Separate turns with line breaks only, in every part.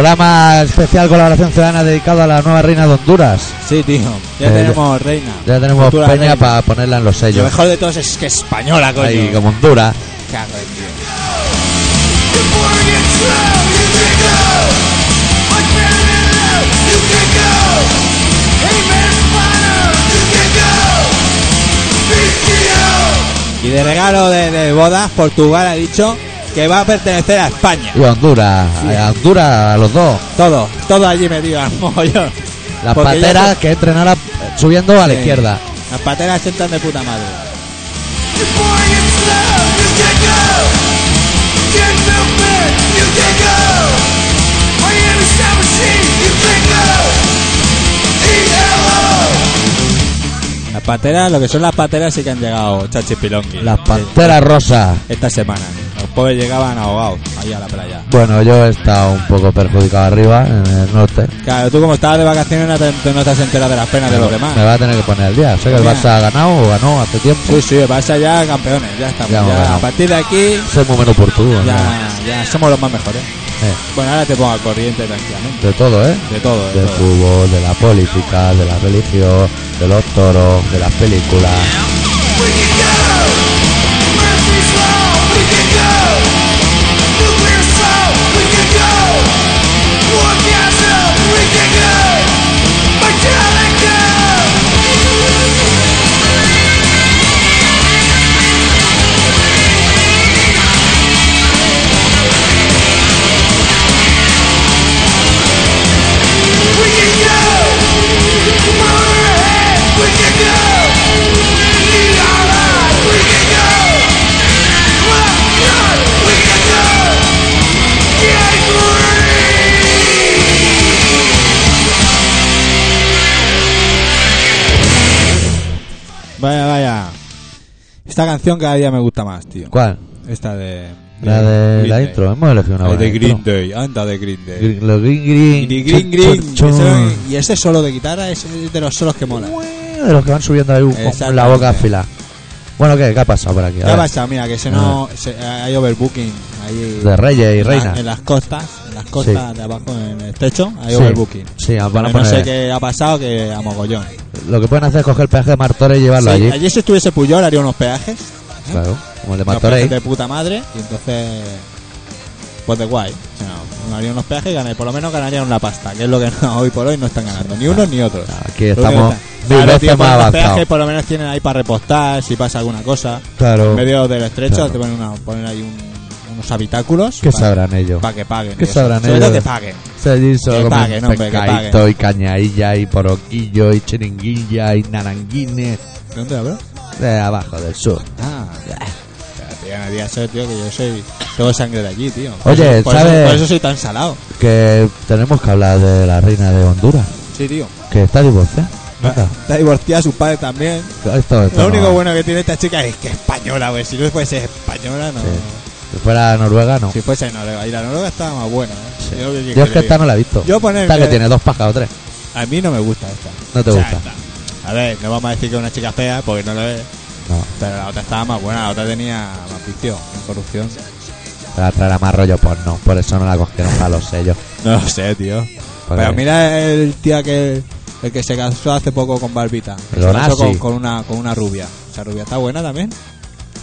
la especial colaboración ciudadana dedicada a la nueva reina de Honduras.
Sí, tío. Ya
Eh,
tenemos reina.
Ya tenemos
Futura
peña
reina.
para ponerla en los
Lo
sellos.
mejor de todos es que es española, coño.
Ahí, como Honduras.
Cago en Dios. Y de regalo de, de bodas, Portugal ha dicho que va a pertenecer a España.
Y Honduras. A Honduras, a los dos.
Todo, todo allí metido al mogollón.
Las
Porque ya
pateras
se-
que entrenara subiendo a la
Sí.
izquierda.
Las pateras se entran de puta madre.
E
Las pateras, lo que son las pateras, sí que han llegado chachipilongui.
Las panteras rosas.
Esta semana. Los pobres llegaban ahogados ahí a la playa.
Bueno, yo he estado un poco perjudicado arriba, en el norte.
Claro, tú como estabas de vacaciones no te, no te has enterado de las penas de los demás.
Me va a tener que poner al día. Sé que el
Mira.
Barça ha ganado o ganó hace tiempo.
Sí, sí, pasa ya campeones, ya estamos.
Ya hemos
ya.
ganado.
a partir de aquí
Soy muy menos oportuno. ¿no?
ya, ya somos los más mejores.
Eh,
Bueno, ahora te pongo al corriente tranquilamente.
de todo, ¿eh?
De todo, de
Del
todo.
fútbol, de la política, de la religión, de los toros, de las películas.
Vaya, vaya. Esta canción cada día me gusta más, tío.
¿Cuál?
Esta de.
La de
Eh, Green
la
Day.
intro. Hemos elegido una
La
buena
de
intro.
Green Day, anda de Green Day.
Gr- Los green green.
Green, green,
Chun, chun,
Ese-
chun.
y ese solo de guitarra es de los solos que mola.
De los que van subiendo ahí con- con la
Exactamente.
boca afilada. Bueno, ¿qué? ¿Qué ha pasado por aquí? A
¿Qué
ver.
pasa? Mira, que se no, se- hay overbooking ahí.
De reyes y
en la-
reinas.
en las costas, en las costas de abajo, en el techo, hay
Sí.
overbooking.
Sí, van Pues a
Que no sé
poner-
qué ha pasado, que a mogollón.
Lo que pueden hacer es coger el peaje de Martorey y llevarlo
Sí,
allí.
si estuviese Puyol haría unos peajes,
Claro, como el de
unos
Martorey.
peajes de puta madre, y entonces, pues de guay. O sea, no, haría unos peajes y gané, por lo menos ganarían una pasta, que es lo que no- hoy por hoy no están ganando, ni unos ni otros.
Aquí
Lo único que
estamos
está-
mil
Claro,
veces
tío,
más
ponen unos
avanzados.
peajes, por lo menos tienen ahí para repostar, si pasa alguna cosa.
Claro.
En medio del estrecho
Claro.
te ponen, una- ponen ahí un- unos habitáculos.
¿Qué sabrán ellos?
Para que paguen.
¿Qué
y eso.
sabrán
Sobre todo que
ellos?
paguen.
Se allí solo
Que
comen
paguen, hombre, que
pescadito
paguen.
y cañailla y poroquillo y chiringuilla y naranguines
¿De dónde hablo?
de abajo del sur.
Ah, tío, no digas eso, tío, que yo soy. Tengo sangre de allí, tío.
Oye,
por eso-
¿sabes?
por eso soy tan salado.
Que tenemos que hablar de la reina de Honduras,
Sí, tío.
que está divorciada. Anda,
Está divorciada, sus padres también.
esto- esto
Ah. Lo único
no-
bueno que tiene esta chica es que es española, güey. Si no fuese española, no.
Sí. Si fuera noruega, no.
Si fuese noruega. Y la noruega estaba más buena, ¿eh?
Sí.
Yo, que-
Yo es
que
que esta
diga.
no la he visto.
Yo ponerme-
Esta que tiene dos pajas o tres.
A mí no me gusta esta.
No te
O sea,
gusta.
esta- A ver, no vamos a decir que es una chica fea porque no lo es.
No,
Pero la otra estaba más buena, la otra tenía más vicio, más corrupción.
la otra era más rollo porno. Por eso no la cogieron para los sellos.
No lo sé, tío.
Porque-
Pero mira el tío que el que se casó hace poco con Barbita. Que
Lo
se casó con,
nazi.
con una con una rubia. Esa rubia está buena también.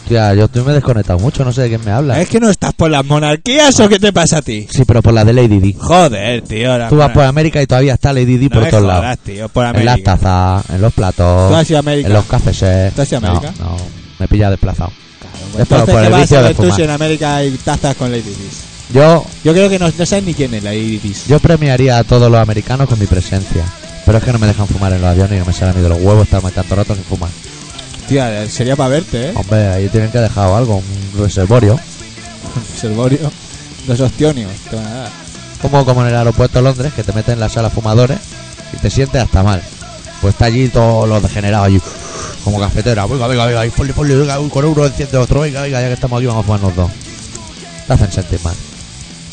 Hostia, yo estoy me he desconectado mucho, no sé de quién me habla.
¿Es que no estás por las monarquías o qué te pasa a ti?
Sí, pero por la de Lady D.
Joder, tío. la
Tú vas
monar-
por América y todavía está Lady
Ah,
D
No
por
me
todos
jodas,
lados.
tío, por
En las
América.
tazas, en los
Tú
platos,
has ido a América.
en los cafés.
¿Tú has ido a América?
No, no, me pilla desplazado.
Pues
es por-
Entonces,
por
¿qué
el
vas
vicio
a
de
ver tú
fumar.
si en América hay tazas con Lady Dis?
Yo,
Yo creo que no, no sabes ni quién es Lady Dis.
yo premiaría a todos los americanos con mi presencia. Pero es que no me dejan fumar en los aviones y no me salen ni de los huevos estarme tanto rato sin fumar.
Tía, sería para verte, ¿eh?
Hombre, ahí tienen que dejar algo, un reservorio.
Observorio. Los optionios. te van a dar.
Como, como en el aeropuerto de Londres, que te meten en la sala fumadores y te sientes hasta mal. Pues está allí todos los degenerados allí, como cafetera. Venga, venga, venga, y ponle, ponle, venga, uy, con uno enciende otro, venga, venga, ya que estamos aquí vamos a fumarnos dos. Te hacen sentir mal.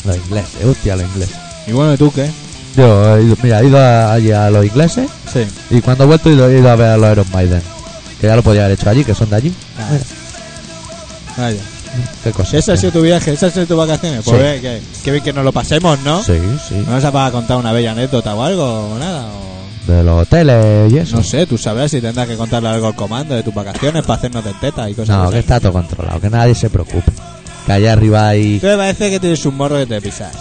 Los ingleses, hostia, los ingleses.
Y bueno, ¿y tú qué?
Yo, he ido- mira, he ido a- allí a los ingleses
Sí.
y cuando he vuelto he ido, he ido a ver a los Iron Maiden. Que ya lo podía haber hecho allí, que son de allí.
Vaya.
Qué cosa.
Ese ha sido tu viaje, esas han sido tus vacaciones. Pues
Sí.
ve, que, que bien que nos lo pasemos, ¿no? Ah.
Sí, sí.
¿No nos vas a contar una bella anécdota o algo o nada? O...
De los hoteles y eso.
No sé, tú sabrás si tendrás que contarle algo al comando de tus vacaciones para hacernos de teta y cosas
No,
así.
que está todo controlado, que nadie se preocupe. Que allá arriba hay.
Tú me parece que tienes un morro que te pisas.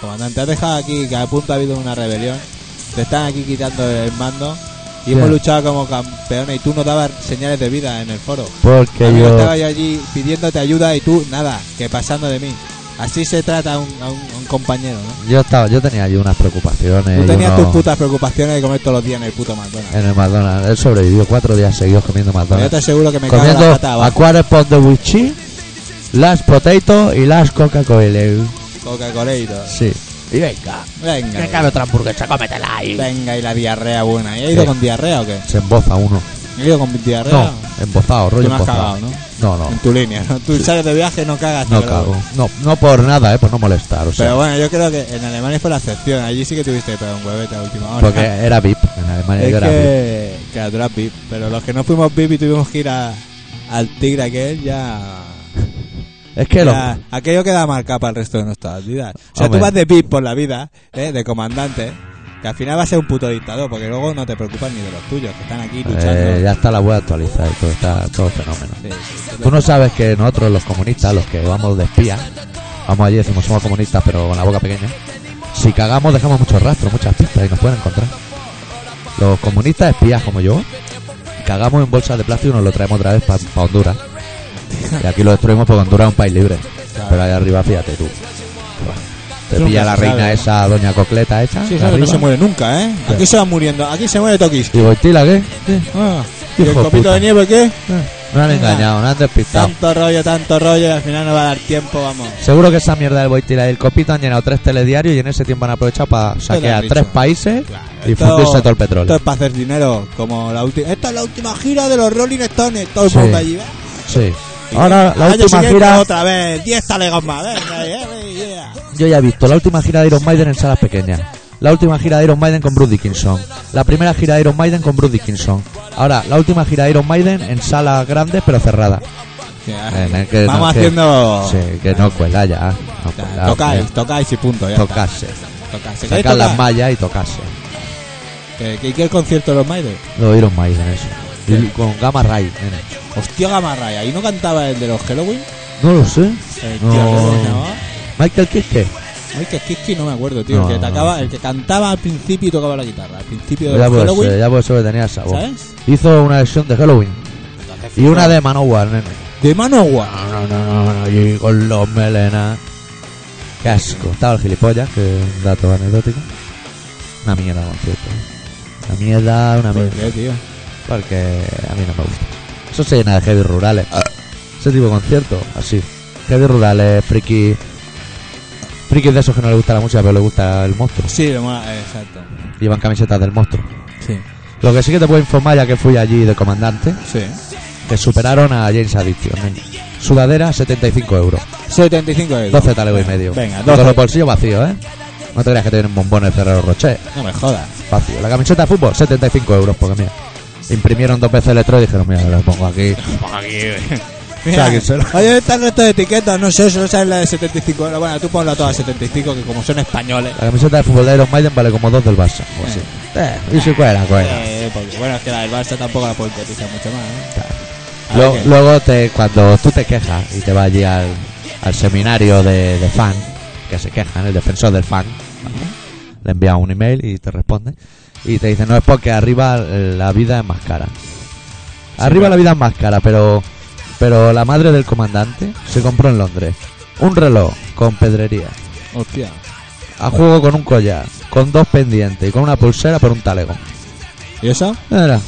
Comandante, has dejado aquí que a punto ha habido una rebelión. Te están aquí quitando el mando. Y
Sí.
hemos luchado como campeones y tú no dabas señales de vida en el foro.
Porque
Amigo,
yo.
estaba yo allí pidiéndote ayuda y tú nada, que pasando de mí. Así se trata a un, a un- a un compañero, ¿no?
Yo estaba, yo tenía allí unas preocupaciones.
Tú
y
tenías
uno-
tus putas preocupaciones de comer todos los días en el puto McDonald's.
En el McDonald's. Él sobrevivió cuatro días seguidos comiendo
Pero yo
McDonald's.
te aseguro que me cago en la
comiendo
pata
a
abajo.
quarter pot de whisky, las potato y las Coca-Cola.
Coca-Cola y todo.
Sí. Y venga.
Venga,
Que cabe otra hamburguesa, cómetela ahí.
venga, y la diarrea buena. ¿Y ha
Sí.
ido con diarrea o qué?
Se emboza uno.
¿Ha ido con diarrea?
No, embozado, rollo
Tú Ah. no has
embozado.
cagado, ¿no?
No, no,
En tu línea, ¿no? Tú sales de viaje y no cagas.
no
te lo digo.
cago. No, no por nada, eh, por no molestar, o sea.
Pero bueno, yo creo que en Alemania fue la excepción. Allí sí que tuviste que pegar un huevete a última hora.
porque era VIP. En Alemania
es
yo era VIP.
que, que la otra VIP. Pero los que no fuimos VIP y tuvimos que ir a- al tigre aquel, ya.
Es que lo- eh,
ya- aquello queda marcado para el resto de nuestras vidas. O sea,
Hombre.
tú vas de VIP por la vida, ¿eh? de comandante, que al final va a ser un puto dictador, porque luego no te preocupas ni de los tuyos, que están aquí luchando.
eh, ya está la web actualizada y todo, está todo fenómeno.
Sí, sí, sí.
Tú no sabes que nosotros los comunistas, los que vamos de espía, vamos allí y decimos somos comunistas pero con la boca pequeña, si cagamos dejamos muchos rastros, muchas pistas y nos pueden encontrar. Los comunistas espías como yo, cagamos en bolsas de plástico y nos lo traemos otra vez para Honduras. Y aquí lo destruimos porque Honduras es un país libre.
Claro.
Pero allá arriba, fíjate tú. Te
Eso
pilla
nunca
la
se
reina
sabe.
esa, doña Cocleta esa.
Sí,
de
eso que no
arriba.
se muere nunca, ¿eh?
Sí.
Aquí se va muriendo, aquí se muere Tokis.
¿Y Boitila qué? ¿Qué?
Ah, ¿Y
Hijo
el copito
puta.
de nieve qué?
No han
Venga.
engañado, no han despistado.
Tanto rollo, tanto rollo, y al final no va a dar tiempo, vamos.
Seguro que esa mierda del Boitila y el Copito han llenado tres telediarios y en ese tiempo han aprovechado para saquear
dicho.
tres países
Claro,
y
esto-
fundirse todo el
Esto
petróleo.
es para hacer dinero, como la última. Esta es la última gira de los Rolling Stones, todo el
Sí.
mundo allí. ¿eh?
Sí.
Y Ah,
Ahora,
al
la
año
última
siguiente
gira.
Otra vez, 10 talegos más, venga, yeah, yeah.
Yo ya he visto la última gira de Iron Maiden en salas pequeñas. La última gira de Iron Maiden con Bruce Dickinson. La primera gira de Iron Maiden con Bruce Dickinson. Ahora, la última gira de Iron Maiden en salas grandes pero cerradas. Eh, eh, que
Vamos
no, que-
haciendo.
Sí, que no cuela ya. No
Ya,
cuela,
tocáis,
que-
tocáis y punto. Ya
Tocarse.
está. Tocáis. ¿Queréis
Sacar las
tocar?
mallas y tocarse.
¿Qué, qué, qué concierto de los Maiden?
Lo Iron Maiden, eso. Y con Gamma Ray, nene.
Hostia, Gamarraya. ¿Y no cantaba el de los Halloween?
No lo sé.
El
Eh, No.
tío, ¿cómo se llamaba?
Michael Kiske.
Ay, que Kiski no me acuerdo, tío.
No,
el, que
no,
atacaba-
no. pues,
el que cantaba al principio y tocaba la guitarra. Al principio de
Ya
los
por
Halloween.
eso, ya por eso que tenía esa voz.
¿Sabes?
Hizo una versión de Halloween y una de Manowar, nene.
De Manowar.
No, no, no, no, no, y con los melenas. Qué asco. Estaba el gilipollas, que es un dato anecdótico. Una mierda, por cierto. Una mierda, una
¿Por
mierda.
qué, tío?
Porque a mí no me gusta. Eso se llena de heavy rurales. Ese tipo de concierto, así. Heavy rurales, friki. Frikis de esos que no les gusta la música, pero les gusta el monstruo.
Sí, le mola, eh, exacto.
Llevan camisetas del monstruo.
Sí.
Lo que sí que te puedo informar, ya que fui allí de comandante,
Sí.
que superaron a James Addiction. nene. Sudadera, 75 euros.
75 euros.
12 talegos y medio.
Venga,
Y
12.
Con los bolsillos vacíos, ¿eh? No te creas que tienen bombones Ferrero Rocher.
No me jodas.
Vacío. La camiseta de fútbol, 75 euros, porque mira. Imprimieron dos veces el letrero y dijeron, mira, lo pongo aquí.
Mira,
que se lo-
oye, ¿dónde está el resto de etiquetas? No sé, solo sabes la de 75 euros. Bueno, tú ponla toda a 75, que como son españoles.
La camiseta de fútbol de Iron Maiden vale como dos del Barça. O así. Eh, y si cuela, cuela.
Eh, porque, bueno, es que la del Barça tampoco la puedo utilizar mucho más. ¿eh? A
Lo-
ver qué.
luego, te, cuando tú te quejas y te vas allí al, al seminario de, de fan, que se quejan, el defensor del fan, le envía un email y te responde. Y te dice, no es porque arriba eh, la vida es más cara. Arriba la vida es más cara, pero, pero la madre del comandante se compró en Londres un reloj con pedrería,
¿eh? Hostia.
a juego con un collar, con dos pendientes y con una pulsera por un talego.
¿Y eso?
Era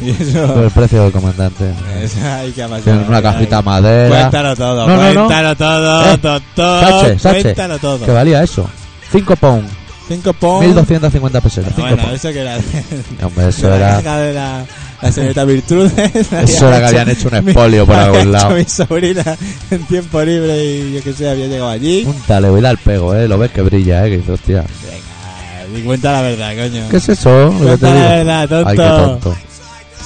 ¿Y
por
eso?
el precio del comandante.
Es- Ah. Ay, Pues qué
Tiene
apasionante.
una cajita de madera.
Cuéntalo todo,
No, no, no.
cuéntalo todo,
Eh,
doctor.
Sache, Sache.
Ah, Cuéntalo
que
todo.
valía eso. 5 pounds,
5 pounds.
1250 pesetas.
Ah,
5
bueno, eso que era
Hombre, eso
la
era,
caja de la, la señorita Virtrudes.
eso era que habían hecho un expolio por
había
algún
hecho
lado.
Mi sobrina en tiempo libre y yo que sé, había llegado allí.
Un talego y da el pego, eh. Lo ves que brilla, eh. Que dices, hostia.
Venga, di cuenta la verdad, coño.
¿Qué es eso? Lo que te
Cuenta la
digo.
verdad,
Ay, qué
tonto.
tonto.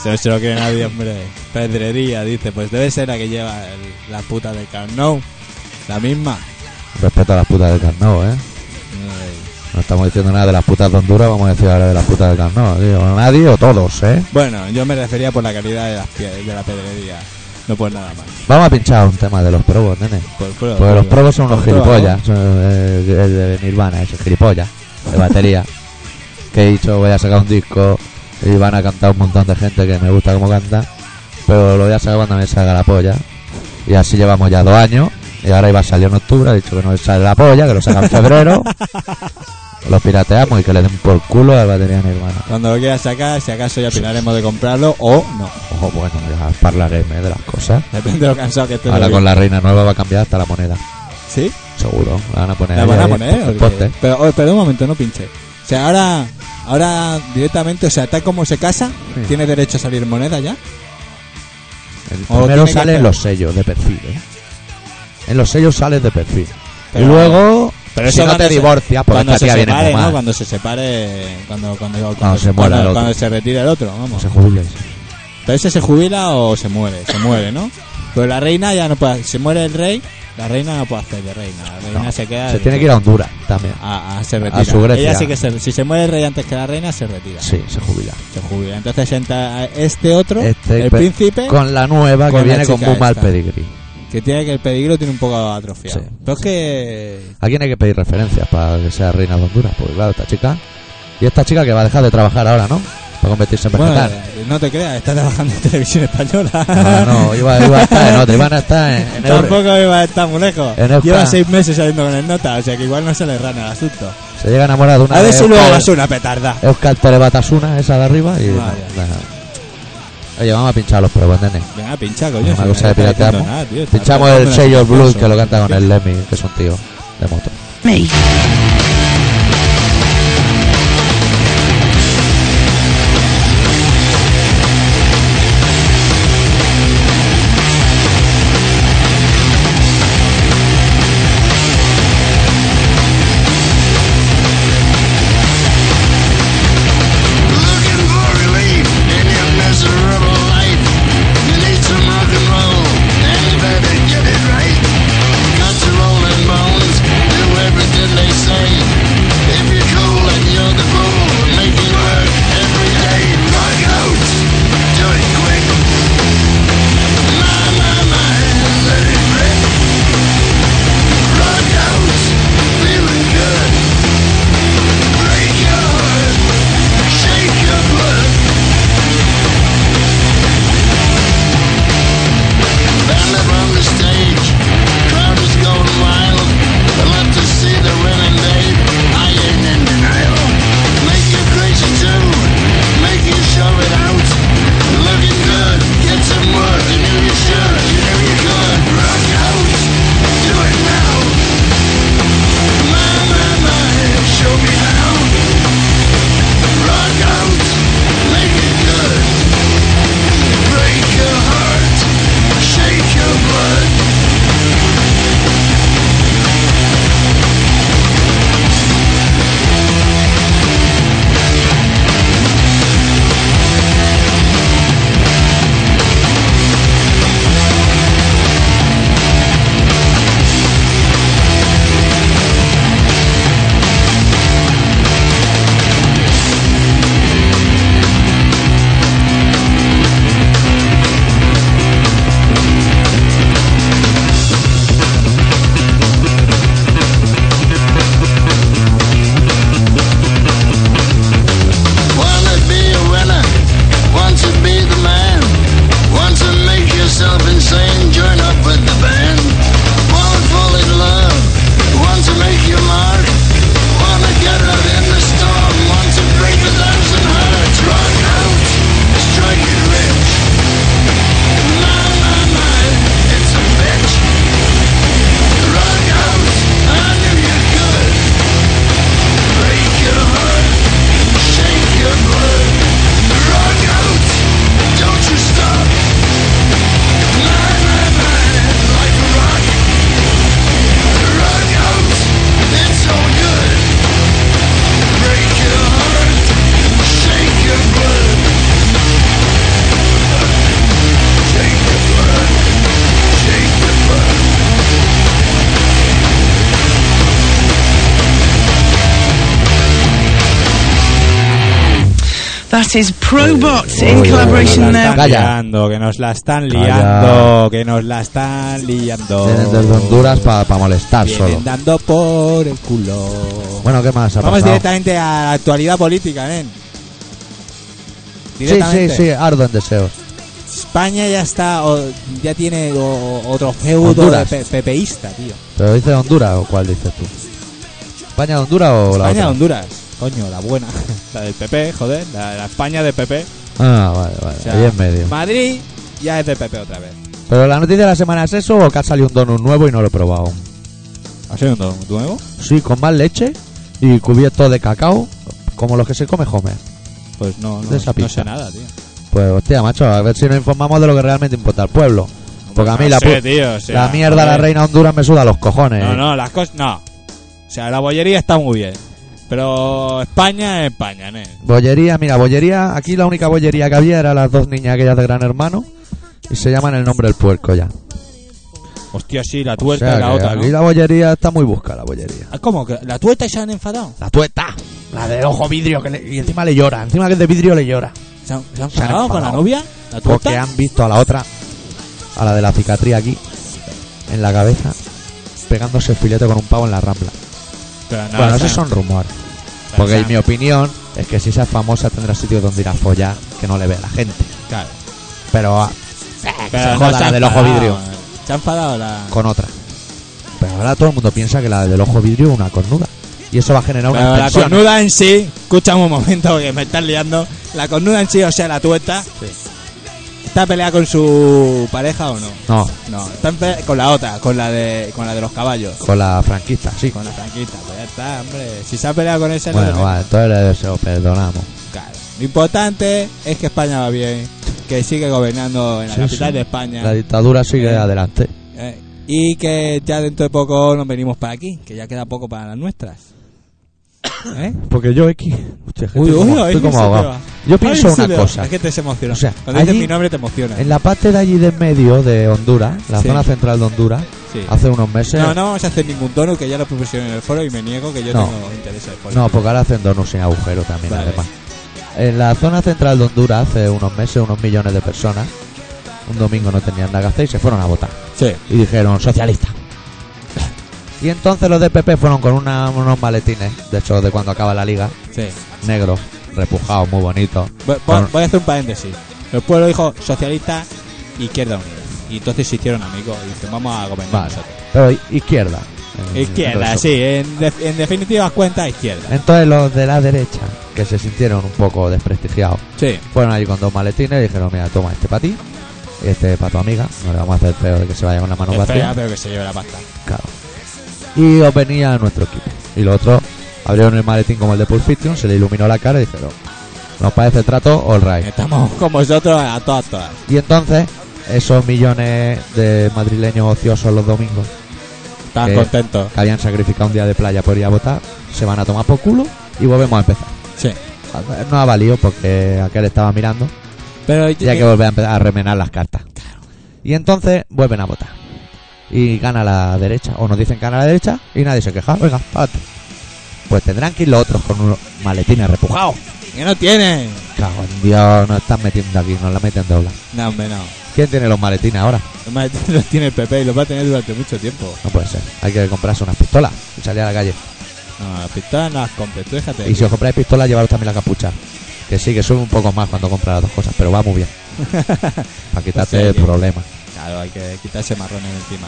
Eso no se lo cree nadie, hombre. Pedrería, dice. Pues debe ser la que lleva el- la puta de Carnot. La misma.
Respeto a las putas del Carnot, ¿eh?
Ay.
No estamos diciendo nada de las putas de Honduras, vamos a decir ahora de las putas del Carnot. Digo, nadie o todos, ¿eh?
Bueno, yo me refería por la calidad de, las pie- de la pedrería. No por nada más.
Vamos a pinchar un tema de los probos, nene.
Por prueba,
Porque Pues los
prueba.
probos son unos
Por prueba,
gilipollas. Son, eh, el, de Nirvana, ese gilipollas. De batería. que he dicho, voy a sacar un disco y van a cantar un montón de gente que me gusta como canta. Pero lo voy a sacar cuando me salga la polla. Y así llevamos ya dos años. Y ahora iba a salir en octubre. He dicho que no le sale la polla, que lo saca en febrero. lo pirateamos y que le den por culo al batería Nirvana.
Cuando lo quieras sacar, si acaso ya opinaremos de comprarlo o no.
Ojo, bueno, ya parlaremos de las cosas.
Depende de lo cansado que estés.
Ahora
de
con
oír.
la reina nueva va a cambiar hasta la moneda.
¿Sí?
Seguro, la van a poner.
La
ahí,
van a
ahí,
poner.
por
¿o qué?
poste.
Pero, oye, pero un momento, no pinche. O sea, ahora, ahora directamente, o sea, tal como se casa,
Sí.
¿tiene derecho a salir moneda ya?
El
O tiene
primero
que
salen
hacer-
los sellos de perfil, ¿eh? En los sellos sales de perfil.
Pero-
y luego,
pero
si
eso
no
cuando
te
se-
divorcias, porque
cuando
esta
se
tía viene
separe,
muy
¿no?
mal.
Cuando se separe, cuando, cuando, cuando,
se muera el
cuando-
otro.
cuando se retire el otro, vamos.
Se jubila.
Pero ese se jubila o se muere, se muere, ¿no? Pero la reina ya no puede, se muere el rey, la reina no puede hacer de reina, la reina
No,
se queda...
Se tiene que ir a Honduras también.
a, a- se retira.
su Grecia.
Ella sí que se, si se muere el rey antes que la reina, se retira.
Sí, se jubila.
Se jubila. Entonces entra este otro,
Este,
el
pe-
príncipe,
Con la nueva
con
que
la
viene con
chica
muy mal
esta.
pedigrí.
que tiene que el peligro tiene un poco atrofiado.
Sí.
Pero es que
Aquí hay que pedir referencias para que sea reina de Honduras. Porque claro, esta chica. Y esta chica que va a dejar de trabajar ahora, ¿no? Para convertirse en
bueno,
vegetal.
eh, no te creas, está trabajando en televisión española.
No, no, iba, iba a estar en otra. Iban a estar en, en Eure.
Tampoco iba a estar muy lejos.
En Euskadi.
Lleva seis meses saliendo con el nota, o sea que igual no se le rana el asunto.
Se llega a enamorar de una
A ver
de
si luego
Euskal-
vas una petarda.
Euskal Telebatasuna, esa de arriba. Y,
Vaya.
nada. Oye, vamos a pinchar los probos, nene.
Venga, pincha, coño.
Una
si no
cosa de
me está diciendo
pirateamos.
nada, tío, está
Pinchamos el
pirateando
sello
las
blues
cosas.
que lo canta con el Lemmy, que es un tío de moto.
Looking for relief in your miserable life. You need some rock and roll, and you better get it right. Got your rolling bones, do everything they say.
That is Probot
Uy, uy,
in
uy,
collaboration
uy, uy, uy, uy,
there.
uy. Calla.
liando, que nos la están
Calla.
liando, que nos la están liando.
Vienen desde Honduras para molestar
Vienen
solo.
dando por el culo.
Bueno, ¿qué más ha
Vamos
pasado?
directamente a la actualidad política, nen.
Sí, sí,
Directamente.
sí, ardo en deseos.
España ya está, o- ya tiene o- otro feudo de
Honduras.
pe- pepeísta, tío.
¿Pero dice Honduras o cuál dices tú? ¿España, Honduras o la
España,
otra?
Honduras. Coño, la buena. La del PP, joder. La, la España de PP.
Ah, vale, vale.
O sea,
ahí en medio.
Madrid ya es de PP otra vez.
¿Pero la noticia de la semana es eso o que ha salido un donut nuevo y no lo he probado aún?
¿Ha sido un nuevo?
Sí, con más leche y cubierto de cacao, como los que se come Homer.
Pues no, no,
De esa
no sé
pista.
nada, tío.
Pues hostia, macho, a ver si nos informamos de lo que realmente importa al pueblo. Porque a mí
No
la,
sé,
pu-
tío, o sea,
la mierda, la
joder.
reina Honduras me suda los cojones.
No, no, las cosas. No. O sea, la bollería está muy bien. Pero España es España, ¿no?
Bollería, mira, bollería, aquí la única bollería que había era las dos niñas aquellas de Gran Hermano y se llaman el nombre del puerco ya.
Hostia, sí, la
O
tuerta
sea
y la
que
otra,
aquí
¿no?
la bollería está muy busca, la bollería.
Ah, ¿Cómo? ¿Que ¿La tuerta y se han enfadado?
La tueta, la de ojo vidrio, que le- y encima le llora, encima que es de vidrio le llora.
¿Se han, se han
Se han
enfadado con la
enfadado.
novia? ¿La
Porque
tuerta?
han visto a la otra, a la de la cicatriz aquí, en la cabeza, pegándose el filete con un pavo en la rambla.
Pero no,
bueno,
se
esos
han-
son rumores.
pero
Porque
se
en
han-
mi opinión es que si esa famosa tendrá sitios donde ir a follar que no le ve la gente.
Claro.
Pero, ah, que
Pero
se
no
joda
se
la
han
del ojo
enfadado,
vidrio
eh. Se ha enfadado la.
con otra. Pero ahora todo el mundo piensa que la del ojo vidrio es una cornuda. Y eso va a generar
Pero
una
la
tensión.
cornuda en sí, escúchame un momento que me estás liando. La cornuda en sí, o sea, la tuerta, ¿está peleada con su pareja o no?
No,
No, está en pe- con la otra, con la de con la de los caballos.
con la franquista, sí.
Con la franquita, pues ya está, hombre. Si se ha peleado con esa, no
Bueno,
le-
vale, entonces le- se lo perdonamos.
Claro. Lo importante es que España va bien, que sigue gobernando en la
Sí,
capital
sí.
de España.
La dictadura sigue
Eh.
adelante.
eh, y que ya dentro de poco nos venimos para aquí, que ya queda poco para las nuestras. ¿Eh?
Porque yo aquí. Hostia, es que
Uy,
estoy
uy,
como-
ahí
estoy como
se te
ahogado.
va.
Yo pienso
Ay, sí,
una
Leo,
cosa.
Es que te se emociona.
O sea,
Cuando dices
allí-
mi nombre te emociona.
En la parte de allí de en medio de Honduras, la
Sí.
zona central de Honduras,
Sí.
hace unos meses.
No, no vamos a hacer ningún tono que ya lo propusieron en el foro y me niego que yo
No.
tengo interés en el foro.
No, porque ahora hacen donuts sin agujero también,
Vale.
además. En la zona central de Honduras, hace unos meses, unos millones de personas, un domingo no tenían nada que hacer y se fueron a votar.
Sí.
Y dijeron, socialista. Y entonces los de PP fueron con una- unos maletines, de hecho, de cuando acaba la liga,
Sí.
negros, repujados, muy bonitos.
Voy, voy-
Bueno.
voy a hacer un paréntesis. El pueblo dijo socialista Izquierda Unida. Y entonces se hicieron amigos y dicen, vamos a gobernar
Vale.
nosotros.
Pero i- izquierda. en- en
Izquierda,
resumen.
sí. En, def- en definitiva cuenta izquierda.
Entonces los de la derecha, que se sintieron un poco desprestigiados,
Sí.
Fueron allí con dos maletines y dijeron, mira, toma este para ti y este para tu amiga. No le vamos a hacer feo de que se vaya con la mano
Es fea,
vacía.
pero que se lleve la pasta.
Claro. Y os venía nuestro equipo. Y los otros abrieron el maletín como el de Pulp Fiction, se le iluminó la cara y dijeron, nos parece trato, all right.
Estamos con vosotros a todas, todas.
Y entonces, esos millones de madrileños ociosos los domingos,
Están
Eh.
contentos.
que habían sacrificado un día de playa por ir a votar, se van a tomar por culo y volvemos a empezar.
Sí.
No ha valido porque aquel estaba mirando.
Pero
ya que volver a empezar a remenar las cartas. Y entonces vuelven a votar. Y gana la derecha. O nos dicen que gana la derecha y nadie se queja. Venga, párate. Pues tendrán que ir los otros con unos maletines repujados.
que no tienen.
Cago en Dios, nos están metiendo aquí, nos la meten dobla.
No, hombre, no.
¿Quién tiene los maletines ahora?
Los maletines los tiene el PP y los va a tener durante mucho tiempo.
No puede ser. Hay que comprarse unas pistolas y salir a la calle.
No, las pistolas no las compres, tú déjate.
Y si os compráis pistolas, llevaros también la capucha. Que sí, que sube un poco más cuando compras las dos cosas, pero va muy bien. Para
O
quitarte
sea
el
que-
problema.
Claro, hay que quitarse marrones encima,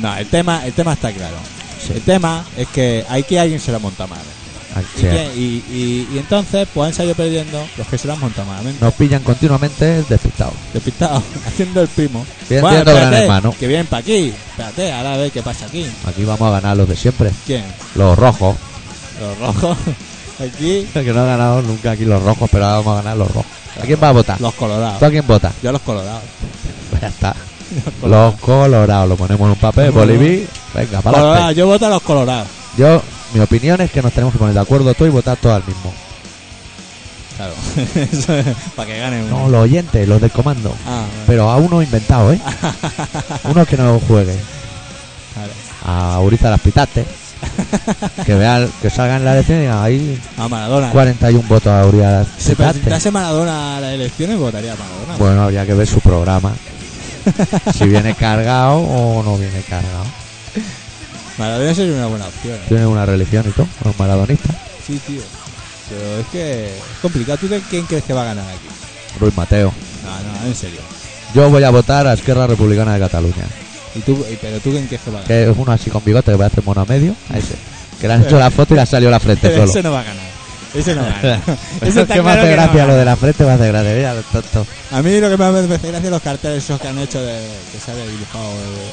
¿no? No, el tema, el tema está claro.
Sí.
El tema es que aquí alguien se la monta mal.
Ay,
¿Y,
sí.
que- y- y- y entonces pues han salido perdiendo los que se la han montado malamente.
Nos pillan continuamente despistados.
Despistados, haciendo el primo.
Bien, entiendo, gran
espérate,
hermano.
Que vienen para aquí. Espérate, ahora a ver qué pasa aquí.
Aquí vamos a ganar los de siempre.
¿Quién?
Los rojos.
Los rojos. aquí,
Que no ha ganado nunca aquí los rojos, pero ahora vamos a ganar los rojos. ¿A quién va a votar?
los colorados.
¿Tú a quién votas?
Yo a los colorados.
Pues ya está.
colorados.
Los colorados. Lo ponemos en un papel, Bolivir. Venga, para
Colorados,
adelante.
yo voto a los colorados.
Yo, mi opinión es que nos tenemos que poner de acuerdo tú y votar todos al mismo.
Claro. Eso es para que ganen uno.
No, los oyentes, los del comando.
Ah,
Pero a uno inventado, ¿eh? Uno que no juegue.
vale.
A Uriza las pitaste. Que vean, que salgan las elecciones y digan, ahí
A Maradona.
41 votos habría.
Si se
Fíjate.
presentase Maradona a las elecciones, votaría a Maradona.
Bueno, habría que ver su programa. si viene cargado o no viene cargado.
Maradona sería una buena opción. ¿eh?
Tiene una religión y todo, un maradonista.
Sí, tío. Pero es que es complicado. ¿Tú de quién crees que va a ganar aquí?
Ruiz Mateo.
No, no, en serio.
Yo voy a votar a Esquerra Republicana de Cataluña.
¿Y tú, y- ¿Pero tú quién crees que va a ganar?
Que es uno así con bigote que voy a hacer mono a medio. A ese. Que le han hecho la foto y le ha salido la frente
Pero
solo.
ese no va a ganar. Ese no va a ganar.
Pues
Ese
es
está
que
claro que
me hace
no va a
gracia lo
ganar.
de la frente, me hace gracia. Mira, lo tonto.
A mí lo que más me hace gracia es los carteles esos que han hecho de que se ha dibujado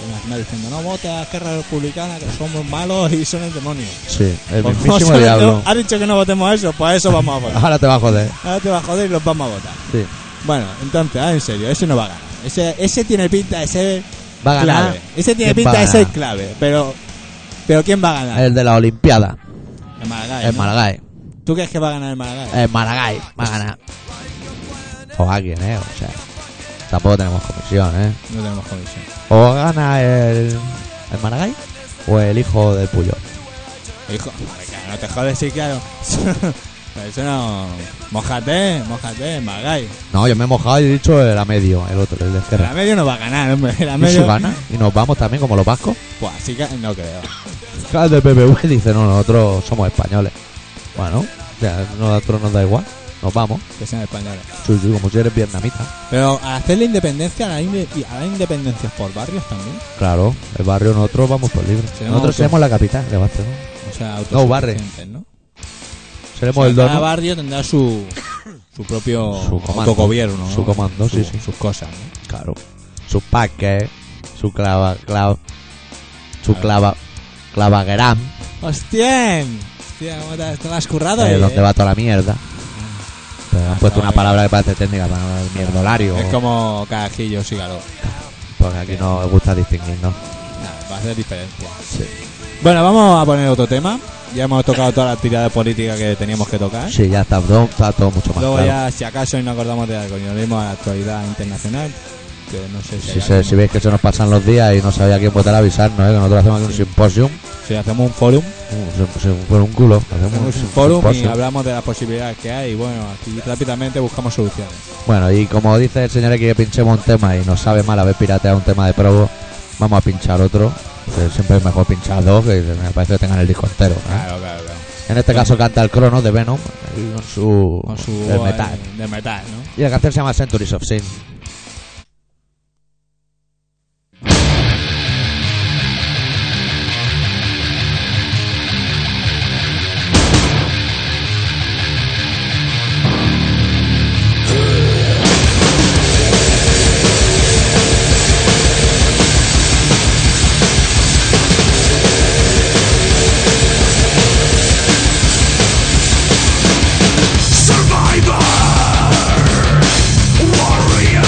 en las manos diciendo no votes a Esquerra Republicana que somos malos y son el demonio.
Sí, el
Pues,
mismísimo
¿sabes?
diablo.
Has dicho que no votemos a eso, pues a eso vamos a votar.
Ahora te va a joder.
Ahora te va a joder y los vamos a votar.
Sí.
Bueno, entonces, ah, en serio, ese no va a ganar. Ese, ese tiene pinta de ser
Va a ganar.
clave. Ese tiene
¿Quién
pinta
va a
de ser
ganar?
clave, pero pero ¿quién va a ganar?
El de la Olimpiada.
El Maragall.
El Eh.
¿no?
Maragall.
¿Tú crees que va a ganar el Maragall?
El Maragall. Va a ganar. O alguien, ¿eh? O sea, tampoco tenemos comisión, ¿eh?
No tenemos comisión.
O gana el, el Maragall o el hijo del Puyo.
Hijo, venga, no te jodes, sí, claro. pero eso no. Mojate, mojate, Maragall.
No, yo me he mojado y he dicho el a medio, el otro, el de
El a
Esquerra.
medio no va a ganar, hombre. El a
Y si
medio.
gana, y nos vamos también como los vascos.
Pues así que no creo.
Claro, del PPV dice, no, nosotros somos españoles. Bueno, o sea, nosotros nos da igual, nos vamos.
Que sean españoles.
Sí, sí, como si eres vietnamita.
Pero al hacer la independencia, a la, inde- y a la independencia por barrios también.
Claro, el barrio nosotros vamos por libre.
Seremos autos-
Nosotros seremos la capital de Barcelona.
O sea,
No, barrios.
autosuficientes, ¿no?
Seremos
O sea,
el
Cada
dono.
barrio tendrá su, su propio
Su comando.
autogobierno. ¿no?
Su comando, sí,
Su-
sí.
Sus cosas. ¿no?
Claro. Su paque, su clava, clava, su
Claro.
clava, clavaguerán,
¡Hostia! ¡Hostia, cómo te, te lo has currado!
eh,
eh.
donde va toda la mierda. Pero han puesto
no,
una
eh.
palabra que parece técnica para no el mierdolario.
Es como carajillo, cigarro.
Porque aquí no me gusta distinguirnos.
¿Eh? Nada, va a ser diferencia.
Sí.
Bueno, vamos a poner otro tema. Ya hemos tocado todas las tiradas políticas que teníamos que tocar.
Sí, ya está, todo- está todo mucho más
Luego
claro.
ya, si acaso, y nos acordamos de algo y nos vemos a la actualidad internacional. Que no sé si,
Si,
hay
se-
alguien-
si veis que se nos pasan los días y no sabía quién votar, avisarnos, ¿eh? que nosotros hacemos aquí
Sí.
un simposium.
si hacemos un forum.
Un sim- sim- Por un culo. Hacemos
Hacemos un
sim-
forum y
simposio.
hablamos de las posibilidades que hay. Y bueno, aquí rápidamente buscamos soluciones.
Bueno, y como dice el señor que pinchemos un tema y nos sabe mal haber pirateado un tema de probo, vamos a pinchar otro. que siempre es mejor pinchar dos que me parece que tengan el disco entero. ¿eh?
claro, claro.
En este caso canta el crono de Venom y con su,
Con su
el
voz,
metal.
eh, de metal, ¿no?
Y la canción se llama Centuries of Sin.
Survivor, warrior.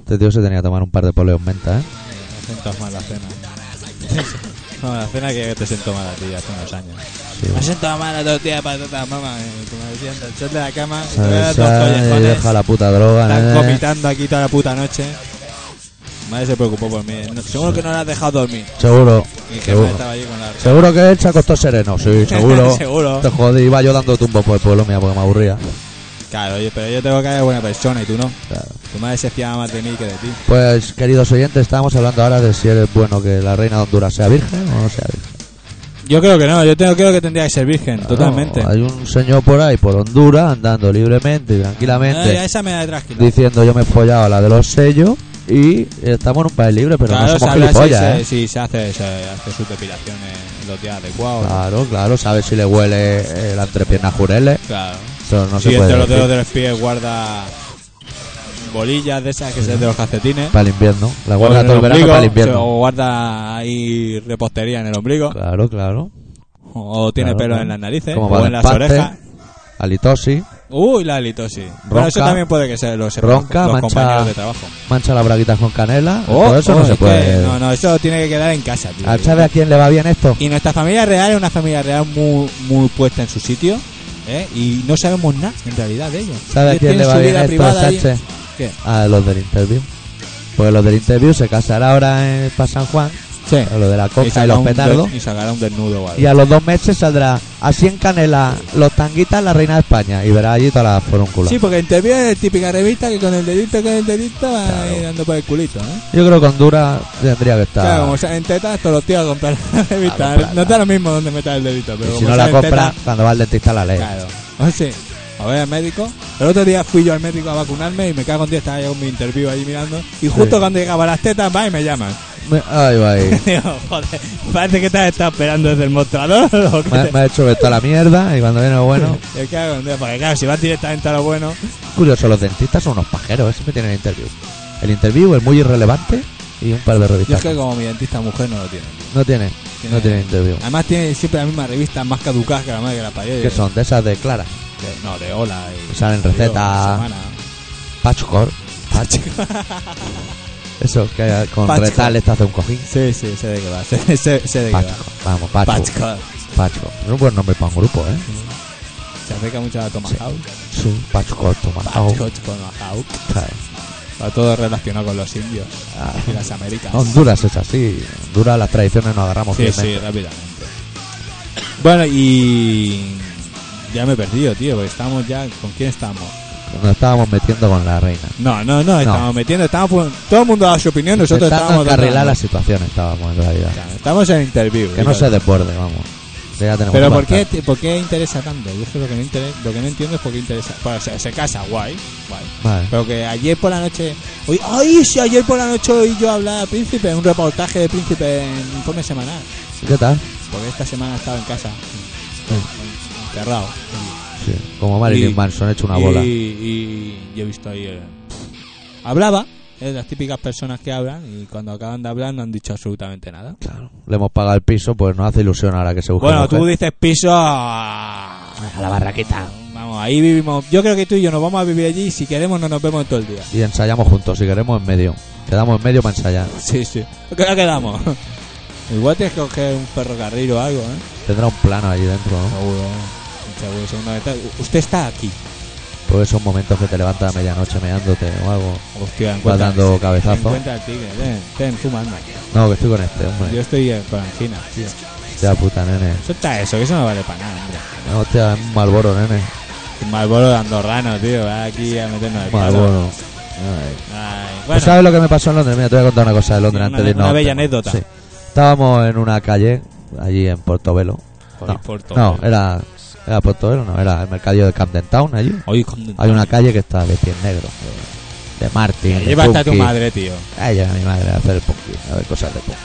Este tío se tenía que tomar un par de poleos menta, ¿eh?
Me siento mal la cena. No, la cena que te siento mal a ti hace unos años.
Sí,
Me siento mal la tortilla de patatas, mamá. eh, Como diciendo, echate de la cama, te voy a dar Eh, dos
Salsa, y
collejones.
deja la puta droga, ¿eh?
Están
nene.
comitando aquí toda la puta noche. Madre se preocupó por mí. eh. No- seguro que no la has dejado dormir.
Seguro,
Y que
seguro.
estaba allí con la
Seguro que él se acostó sereno, sí, seguro.
Seguro.
Te jodí, iba yo dando tumbos por el pueblo mío porque me aburría.
Claro, oye, pero yo tengo que ser buena persona y tú no.
Claro.
Tu madre se fiaba más de mí que de ti.
Pues, queridos oyentes, estábamos hablando ahora de si es bueno que la reina de Honduras sea virgen o no sea virgen.
Yo creo que no, yo tengo, creo que tendría que ser virgen, totalmente.
No, hay un señor por ahí, por Honduras, andando libremente y
No, ya
tranquilamente,
esa me da tranquila.
diciendo yo me he follado a la de los sellos y estamos en un país libre, pero
claro,
no somos
sabrá
gilipollas,
si, se-
¿eh?
si se hace, se hace sus depilaciones en los días adecuados. Claro.
Claro, claro, sabes si le huele eh, la entrepierna a Jureles, eso no
si
se
entre
puede
los dedos
decir.
de los pies guarda bolillas de esas que se de los calcetines.
para el invierno, la guarda todo el verano
ombligo,
para el
se-
invierno.
O guarda ahí repostería en el ombligo.
Claro, claro.
O tiene
Claro,
pelo
claro.
en las narices.
Como
o en las
Badempate,
orejas.
Halitosis,
Uy, la halitosis. Bueno,
Ronca.
eso también puede que se lo sepan
Ronca,
los
mancha-
compañeros de trabajo.
mancha la braguita con canela,
Oh,
todo eso
oh,
no se
es que-
puede.
No, no, eso tiene que quedar en casa, tío.
Ah, ¿Sabes a quién le va bien esto?
Y nuestra familia real es una familia real muy, muy puesta en su sitio. ¿eh? Y no sabemos nada en realidad de ellos.
¿Sabes a
Ellos
quién
tienen
le va
su
bien
vida
esto a
privada ahí.
Sánchez?
¿Qué?
A los del interview. Pues los del interview se casará ahora en, para San Juan,
Sí.
a lo de la coca y,
sacará
los
un
petardos.
de- Y sacará un desnudo o algo.
Y a los dos meses saldrá así en canela los tanguitas la reina de España y verá allí todas las forúnculas.
Sí, porque Interview es típica revista que con el dedito, con el dedito va
Claro.
ahí dando por el culito, ¿eh?
Yo creo que Honduras tendría que estar.
Claro, como salen tetas, todos los tíos a comprar la revista. ¿eh?
A comprarla.
No da lo mismo donde metas el dedito, pero
y si
como
no la
salen
compra,
tetas,
cuando va al dentista la ley.
claro. O sí. A ver, al médico. El otro día fui yo al médico a vacunarme y me cago en 10, estaba yo con mi interview ahí mirando. Y justo
Sí.
cuando llegaba las tetas, va y me llaman.
Me- Ay, va ahí.
Digo, joder, parece que te has estado esperando desde el mostrador. o qué
me,
te-
me ha hecho ver toda la mierda y cuando viene lo bueno.
Me cago en Dios, porque claro, si vas directamente a lo bueno.
Curioso, los dentistas son unos pajeros, ¿eh? siempre tienen interview. El interview es muy irrelevante y un par de
Yo
revistas.
es que como mi dentista mujer no lo tiene.
No tienen,
Tiene- Ah,
no tienen interview.
Además tiene siempre la misma revista más caducas que la madre que la parió.
¿Qué son? De esas de Clara.
De- no, de hola. Y,
Salen
digo,
recetas.
semana.
Patchcore. Eso, que con
Patchcore.
retales te hace un cojín.
Sí, sí, sé de qué va. Sé, sé- sé de qué va.
Patchcore. Vamos, Patchcore.
Patchcore.
Patchcore. Es un buen nombre para un grupo, ¿eh?
Se acerca mucho a Thomas Hawk.
Sí, Patchcore, toma.
Patchcore, Thomas Hawk.
Claro.
Va todo relacionado con los indios
Ah.
y las Américas.
Honduras es así. Honduras las tradiciones nos agarramos ¿eh?
sí, sí,
fielmente.
rápidamente. Bueno, y. Ya me he perdido, tío, porque estamos ya. ¿Con quién estamos?
Nos estábamos metiendo con la reina.
No, no, no, estamos metiendo, estamos. pu- Todo el mundo da su opinión, nosotros
Intentando
estábamos.
encarrilar
dando-
la situación estábamos en realidad.
Estamos en interview.
Que no se desborde, vamos. Que ya tenemos
Pero
que
¿por qué,
avanzar.
te- ¿por qué interesa tanto? Yo es que lo que no, intere- lo que no entiendo es por qué interesa. Bueno, se, se casa, guay, guay.
Vale.
Pero que ayer por la noche. Hoy, ¡Ay! Si ayer por la noche oí yo hablar a Príncipe, un reportaje de Príncipe en informe semanal.
¿Qué tal?
Porque esta semana estaba en casa, encerrado.
Sí, Como Marilyn
Y-
Manson, hecho una
y,
bola.
Y, yo he visto ahí. eh, hablaba, es las típicas personas que hablan y cuando acaban de hablar no han dicho absolutamente nada.
Claro. Le hemos pagado el piso, pues nos hace ilusión ahora que se busque
Bueno,
mujer.
tú dices piso a la barraqueta. Vamos, ahí vivimos. Yo creo que tú y yo nos vamos a vivir allí y si queremos no nos vemos en todo el día.
Y ensayamos juntos, si queremos en medio. Quedamos en medio para ensayar.
Sí, sí. ¿Qué nos quedamos? Igual tienes que coger un ferrocarril o algo, ¿eh?
Tendrá un plano allí dentro, ¿no?
Seguro. Seguro, segunda vez. Usted está aquí.
Porque esos momentos que te levantas a medianoche meándote o algo.
Hostia,
Vas
encuentra.
dando cabezazo.
Encuentra el tigre. Ven, ven, fumando.
No, que estoy con este, hombre.
Yo estoy eh, con angina, tío.
Ya puta, nene.
Suelta eso, que eso no vale para nada, hombre.
No, Hostia, es un malboro, nene.
Un Malboro de andorrano, tío. Va aquí a meternos el
Un malboro. Pues Ay.
Ay,
¿Tú
bueno,
¿Sabes lo que me pasó en Londres? Mira, te voy a contar una cosa de Londres
Una-
antes de irnos.
una
al
bella
tema.
anécdota.
Sí. Estábamos en una calle, allí en Portobelo.
por
no,
importo.
No, era, era Portobelo, no, era el mercadillo de Camden Town allí.
Oye, con-
Hay una calle que está de pies negros. De Martin.
Lleva hasta tu
madre
madre, tío.
A ella, a mi madre, a hacer el punky, a ver cosas de punky.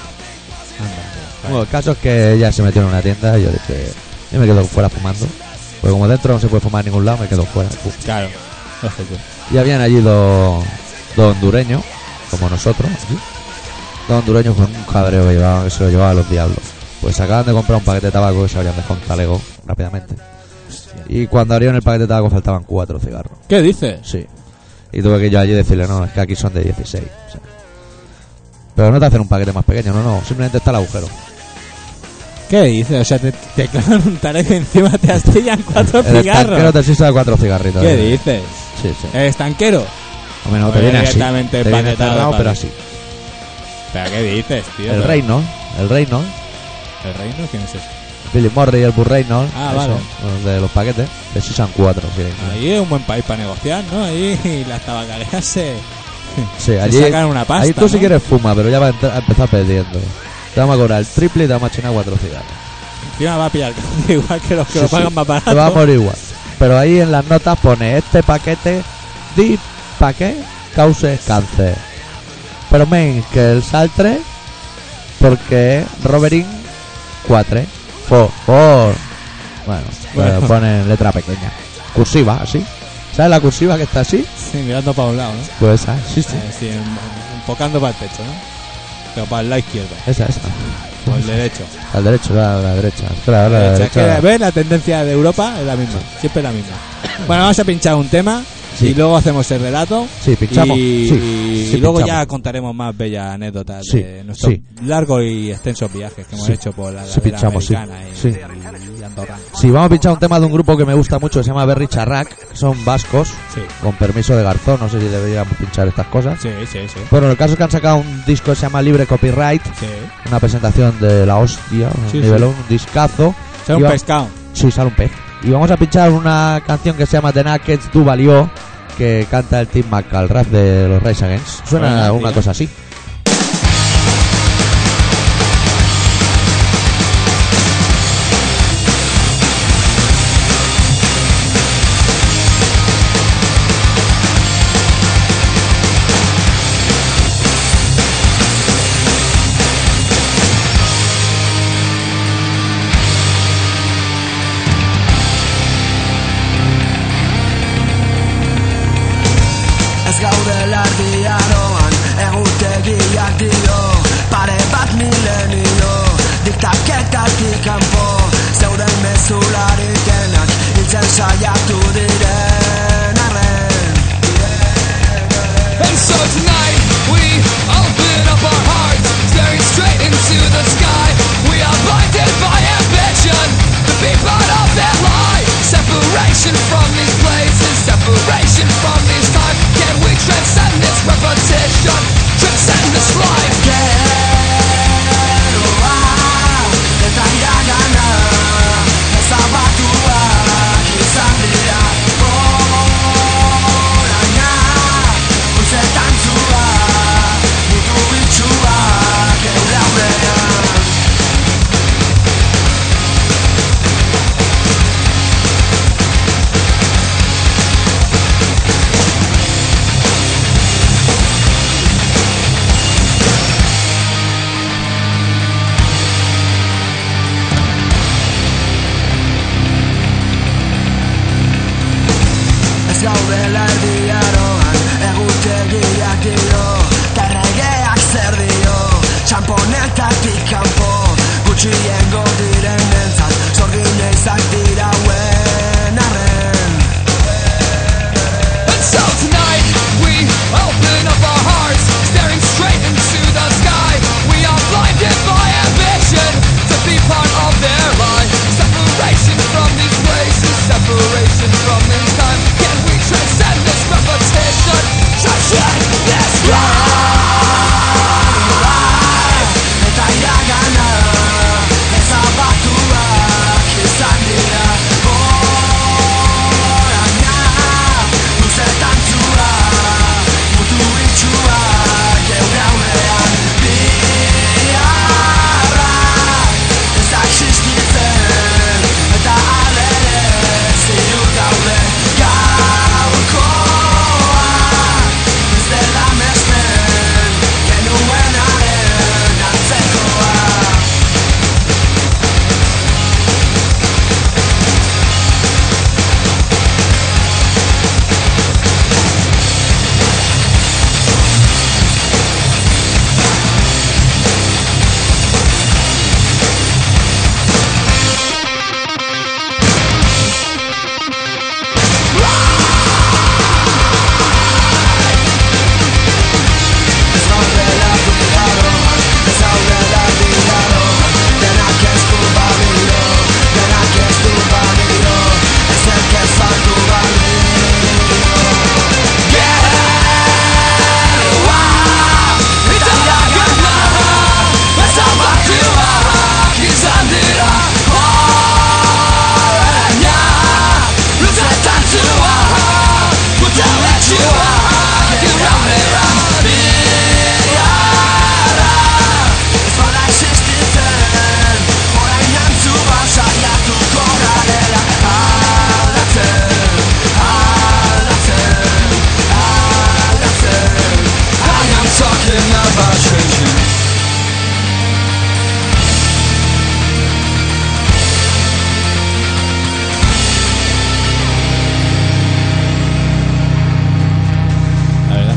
Bueno, el caso es que ella se metió en una tienda y yo dije, yo me quedo fuera fumando. Porque como dentro no se puede fumar en ningún lado, me quedo fuera. Fu.
Claro.
Y habían allí dos, dos hondureños, como nosotros, aquí. dos hondureños con un cabreo que llevaban, que se lo llevaban a los diablos. Pues acaban de comprar un paquete de tabaco que se habían dejado en talego rápidamente. Y cuando abrieron el paquete de tabaco faltaban cuatro cigarros.
¿Qué dices?
Sí. Y tuve que yo allí y decirle, no, es que aquí son de 16. o sea. Pero no te hacen un paquete más pequeño, no, no. Simplemente está el agujero.
¿Qué dices? O sea, te, te clavan un taré y encima te astillan cuatro
el estanquero
cigarros.
te sirve de cuatro cigarritos.
¿Qué
eh.
dices?
Sí, sí.
¿El estanquero?
Hombre, no, te
Oye,
viene así.
directamente
Te viene
empaquetado,
cerrado,
padre.
pero así.
¿Pero qué dices, tío?
El reino, el reino,
¿El reino? ¿Quién es ese?
Billy Murray y el Burt Reynolds.
Ah,
vale. De los paquetes. De Season 4, si queréis.
Ahí es un buen país para negociar, ¿no? Ahí las tabacaleras se,
Sí,
se
allí.
sacan una pasta.
ahí tú si
¿no?
quieres fuma, pero ya vas a, entrar- a empezar perdiendo. Te vamos a cobrar el triple y te vamos a chinar cuatro cigarros.
Encima va a pillar igual que los que
Sí,
lo
sí.
pagan más barato.
Te va a morir igual. Pero ahí en las notas pone este paquete di pa' qué cause cáncer. Pero men que el saltre porque Roberín 4 for, for. Bueno,
Bueno.
eh, pone en letra pequeña. Cursiva, así. ¿Sabes la cursiva que está así?
Sí, mirando para un lado, ¿no?
Pues esa, sí, sí.
Eh, sí, en- enfocando para el techo, ¿no? Pero para el lado izquierdo,
Esa, esa.
o el derecho.
Al derecho, la, la derecha. Espera, ahora la,
O sea,
derecha.
que, ¿Ves? La tendencia de Europa es la misma, siempre la misma. Bueno, vamos a pinchar un tema
Sí.
y luego hacemos el relato.
Sí, pinchamos.
Y,
Sí,
y
sí,
luego
pinchamos.
ya contaremos más bellas anécdotas
Sí,
de nuestros
sí.
largos y extensos viajes que hemos
Sí.
hecho por la
Sí,
ladera
pinchamos, sí.
americana y,
Sí.
y Andorra.
Sí, vamos a pinchar un tema de un grupo que me gusta mucho que se llama Berry Charrac. Son vascos.
Sí,
con permiso de Garzón, no sé si deberíamos pinchar estas cosas.
sí, sí, sí.
Bueno, el caso es que han sacado un disco que se llama Libre Copyright,
sí.
una presentación de la hostia, un
Sí,
nivelón, un discazo.
Ser un
Iba-
pescado.
Sí, sale un pez. Y vamos a pinchar una canción que se llama The Naked Du Valió, que canta el Tim McAlrath de los Rise Against. Suena
Buena,
una
tío.
cosa así.
Ez gaudela erdi aroan, egutegiak dio Pare bat milenio, diktaketatik kanpo Zeuden mezularirenak, hiltzen saiatu diren arren
And so tonight we open up our hearts, staring straight into the sky. We are blinded by ambition, the people of that lie. Separation from these places, separation from these times. Can we transcend this repetition? Transcend this life.
Geroa, eta iragana, ezabatuak izan dira Horaina, guzetan zua, ditu bitxuak eure aurrean Ez gaudela erdi aroan, egutegiak dio Terregeak zer dio, txamponetatik kanpo Gutxiengo diren entzat, zorgine izak dira huen arren
And so tonight we open up our hearts, staring straight into the sky. We are blinded by ambition to be part of their lie. Separation from these places, separation from this time. Can we transcend this repetition? Transcend this life.
Eta iragana, ezabatuak izan dira Horaina, luzetan zua, mutu itxuak geure aurrean Biarra, ez da existitzen, eta alere ziur gaude Gaurkoa, ez dela mesmen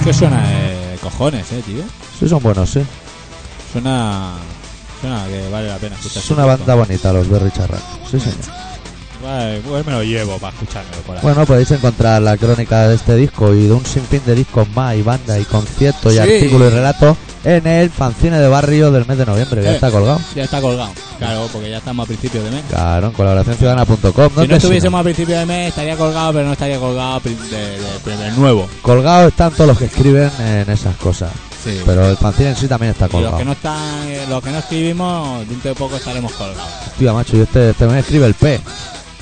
que suena de cojones, eh, tío.
Sí, son buenos, sí.
Suena. Suena que vale la pena escuchar.
Es una banda bonita, los Berry Charra. Sí, señor.
Vale, pues me lo llevo para escuchármelo por ahí.
Bueno, podéis encontrar la crónica de este disco y de un sinfín de discos más, y bandas, y conciertos, y
Sí.
artículos y relatos en el fanzine de barrio del mes de noviembre, que ya
Eh.
está colgado.
Ya está colgado. Claro, porque ya estamos a principios de mes.
Claro, en colaboraciónciudadana.com.
Si no
¿dónde
estuviésemos a principios de mes estaría colgado, pero no estaría colgado pri- de, de- de- de nuevo.
Colgados están todos los que escriben en esas cosas.
Sí.
Pero el fanzine en sí también está
Y los
colgado.
que no están, eh, los que no escribimos, dentro de poco estaremos colgados.
Hostia, macho, yo este, este mes escribe el P.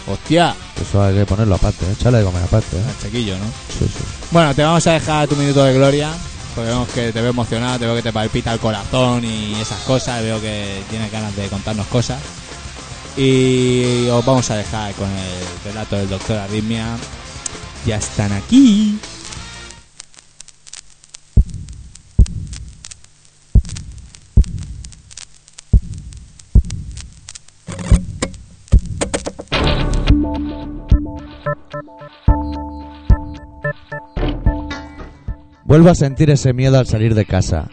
Hostia,
Eso hay que ponerlo aparte, ¿eh? échale de comer aparte. ¿eh?
el chequillo, ¿no?
Sí, sí.
Bueno, te vamos a dejar tu minuto de gloria, porque vemos que te veo emocionado, te veo que te palpita el corazón y esas cosas, veo que tienes ganas de contarnos cosas. Y os vamos a dejar con el relato del doctor Arritmia. Ya están aquí.
Vuelvo a sentir ese miedo al salir de casa.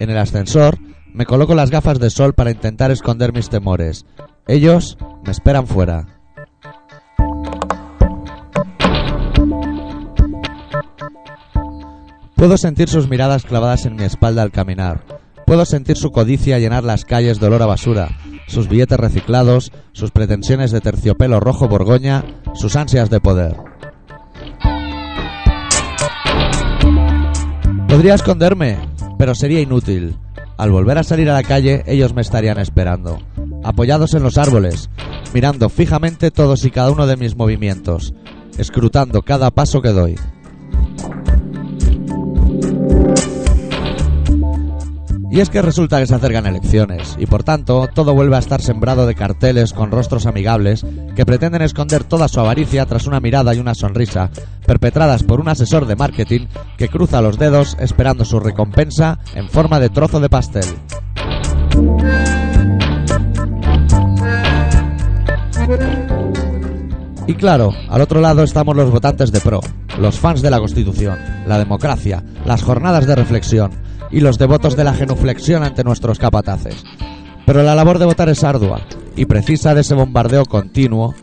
En el ascensor, me coloco las gafas de sol para intentar esconder mis temores. Ellos me esperan fuera. Puedo sentir sus miradas clavadas en mi espalda al caminar. Puedo sentir su codicia llenar las calles de olor a basura, sus billetes reciclados, sus pretensiones de terciopelo rojo borgoña, sus ansias de poder. Podría esconderme, pero sería inútil. Al volver a salir a la calle, ellos me estarían esperando, apoyados en los árboles, mirando fijamente todos y cada uno de mis movimientos, escrutando cada paso que doy. Y es que resulta que se acercan elecciones, y por tanto todo vuelve a estar sembrado de carteles con rostros amigables que pretenden esconder toda su avaricia tras una mirada y una sonrisa, perpetradas por un asesor de marketing que cruza los dedos esperando su recompensa en forma de trozo de pastel. Y claro, al otro lado estamos los votantes de PRO, los fans de la Constitución, la democracia, las jornadas de reflexión y los devotos de la genuflexión ante nuestros capataces. Pero la labor de votar es ardua y precisa de ese bombardeo continuo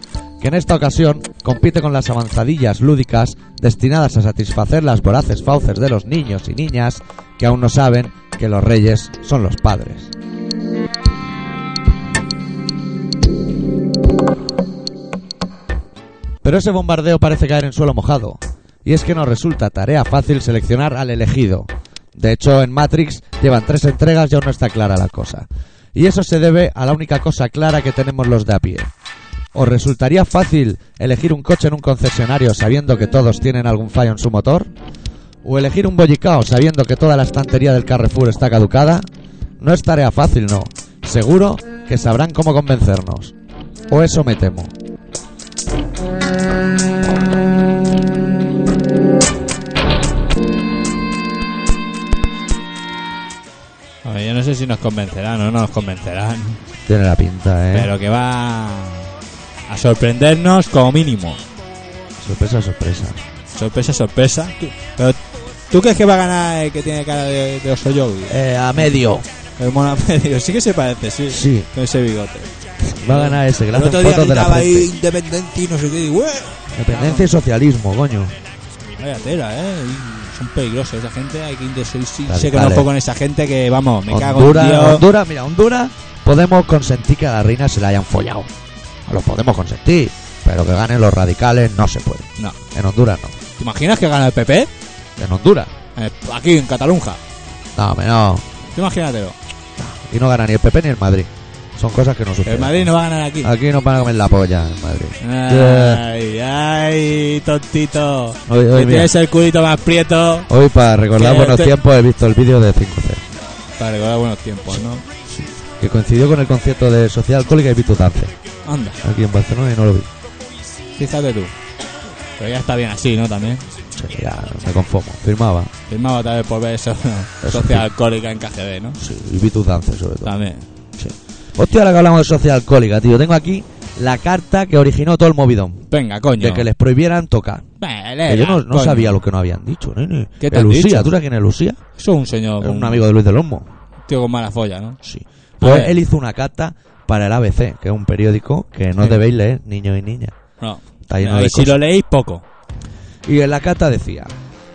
que en esta ocasión compite con las avanzadillas lúdicas destinadas a satisfacer las voraces fauces de los niños y niñas que aún no saben que los reyes son los padres. Pero ese bombardeo parece caer en suelo mojado, y es que no resulta tarea fácil seleccionar al elegido. De hecho, en Matrix llevan tres entregas y aún no está clara la cosa. Y eso se debe a la única cosa clara que tenemos los de a pie. ¿Os resultaría fácil elegir un coche en un concesionario sabiendo que todos tienen algún fallo en su motor? ¿O elegir un bollicao sabiendo que toda la estantería del Carrefour está caducada? No es tarea fácil, no. Seguro que sabrán cómo convencernos. O eso me temo.
A ver, yo no sé si nos convencerán o no nos convencerán,
Tiene la pinta, ¿eh?
pero que va a sorprendernos como mínimo.
Sorpresa, sorpresa.
Sorpresa, sorpresa. Tú- Pero, ¿tú crees que va a ganar el que tiene cara de, de eh? Osoyobi?
Eh, a medio.
El mono medio. Sí que se parece, sí.
Sí,
Con ese bigote.
va a ganar este, ese.
El
Gracias
otro día
fotos de la
gritaba ahí
frente.
independiente y no sé qué. Y, "Ué".
Dependencia y socialismo, coño.
Vaya tela, eh. Y Son peligrosos esa gente. Hay que independirse.
Radicales.
Se conozco con esa gente que, vamos, me cago en
Honduras,
Dios.
Honduras, mira, Honduras. Podemos consentir que a la reina se la hayan follado. Lo podemos consentir. Pero que ganen los radicales no se puede.
No.
En Honduras no.
¿Te imaginas que gana el PP?
En Honduras.
Eh, Aquí en Cataluña.
No, hombre, no.
Tú imagínatelo.
Y no gana ni el PP ni el Madrid. Son cosas que no suceden.
El Madrid no va a ganar aquí.
Aquí nos van a comer la polla en Madrid.
Ay, ay, tontito.
Hoy,
Que
hoy, mira,
tienes el culito más prieto.
hoy para
Este
recordar
Que este
buenos
te-
tiempos he visto el vídeo de 5C.
Para recordar buenos tiempos, ¿no?
Que coincidió con el concierto de Sociedad Alcohólica y Pitu Dance.
Anda,
aquí en Barcelona y no lo vi.
fíjate tú. Pero ya está bien así, ¿no? También.
Sí, ya me conformo. Firmaba.
Firmaba tal vez por ver eso.
Eso sí.
Sociedad alcohólica en KGB, ¿no?
Sí, y vi tus danzas sobre todo.
También.
Hostia, ahora que hablamos de sociedad alcohólica, tío. Tengo aquí la carta que originó todo el movidón.
Venga, coño.
De que les prohibieran tocar.
Vale,
Que yo no, no
coño.
sabía lo que nos habían dicho, nene.
¿Qué te
Eh,
han
Lucía,
dicho?
¿tú sabes quién es Lucía?
Eso es un señor,
Es
un
un amigo de Luis del Olmo.
tío con mala folla, ¿no?
Sí. Pues
ver.
él hizo una carta para el ABC, que es un periódico que no
Sí.
debéis leer, niños y niñas.
No.
Está lleno
y
de
si
cosas.
lo leéis, poco.
Y en la carta decía: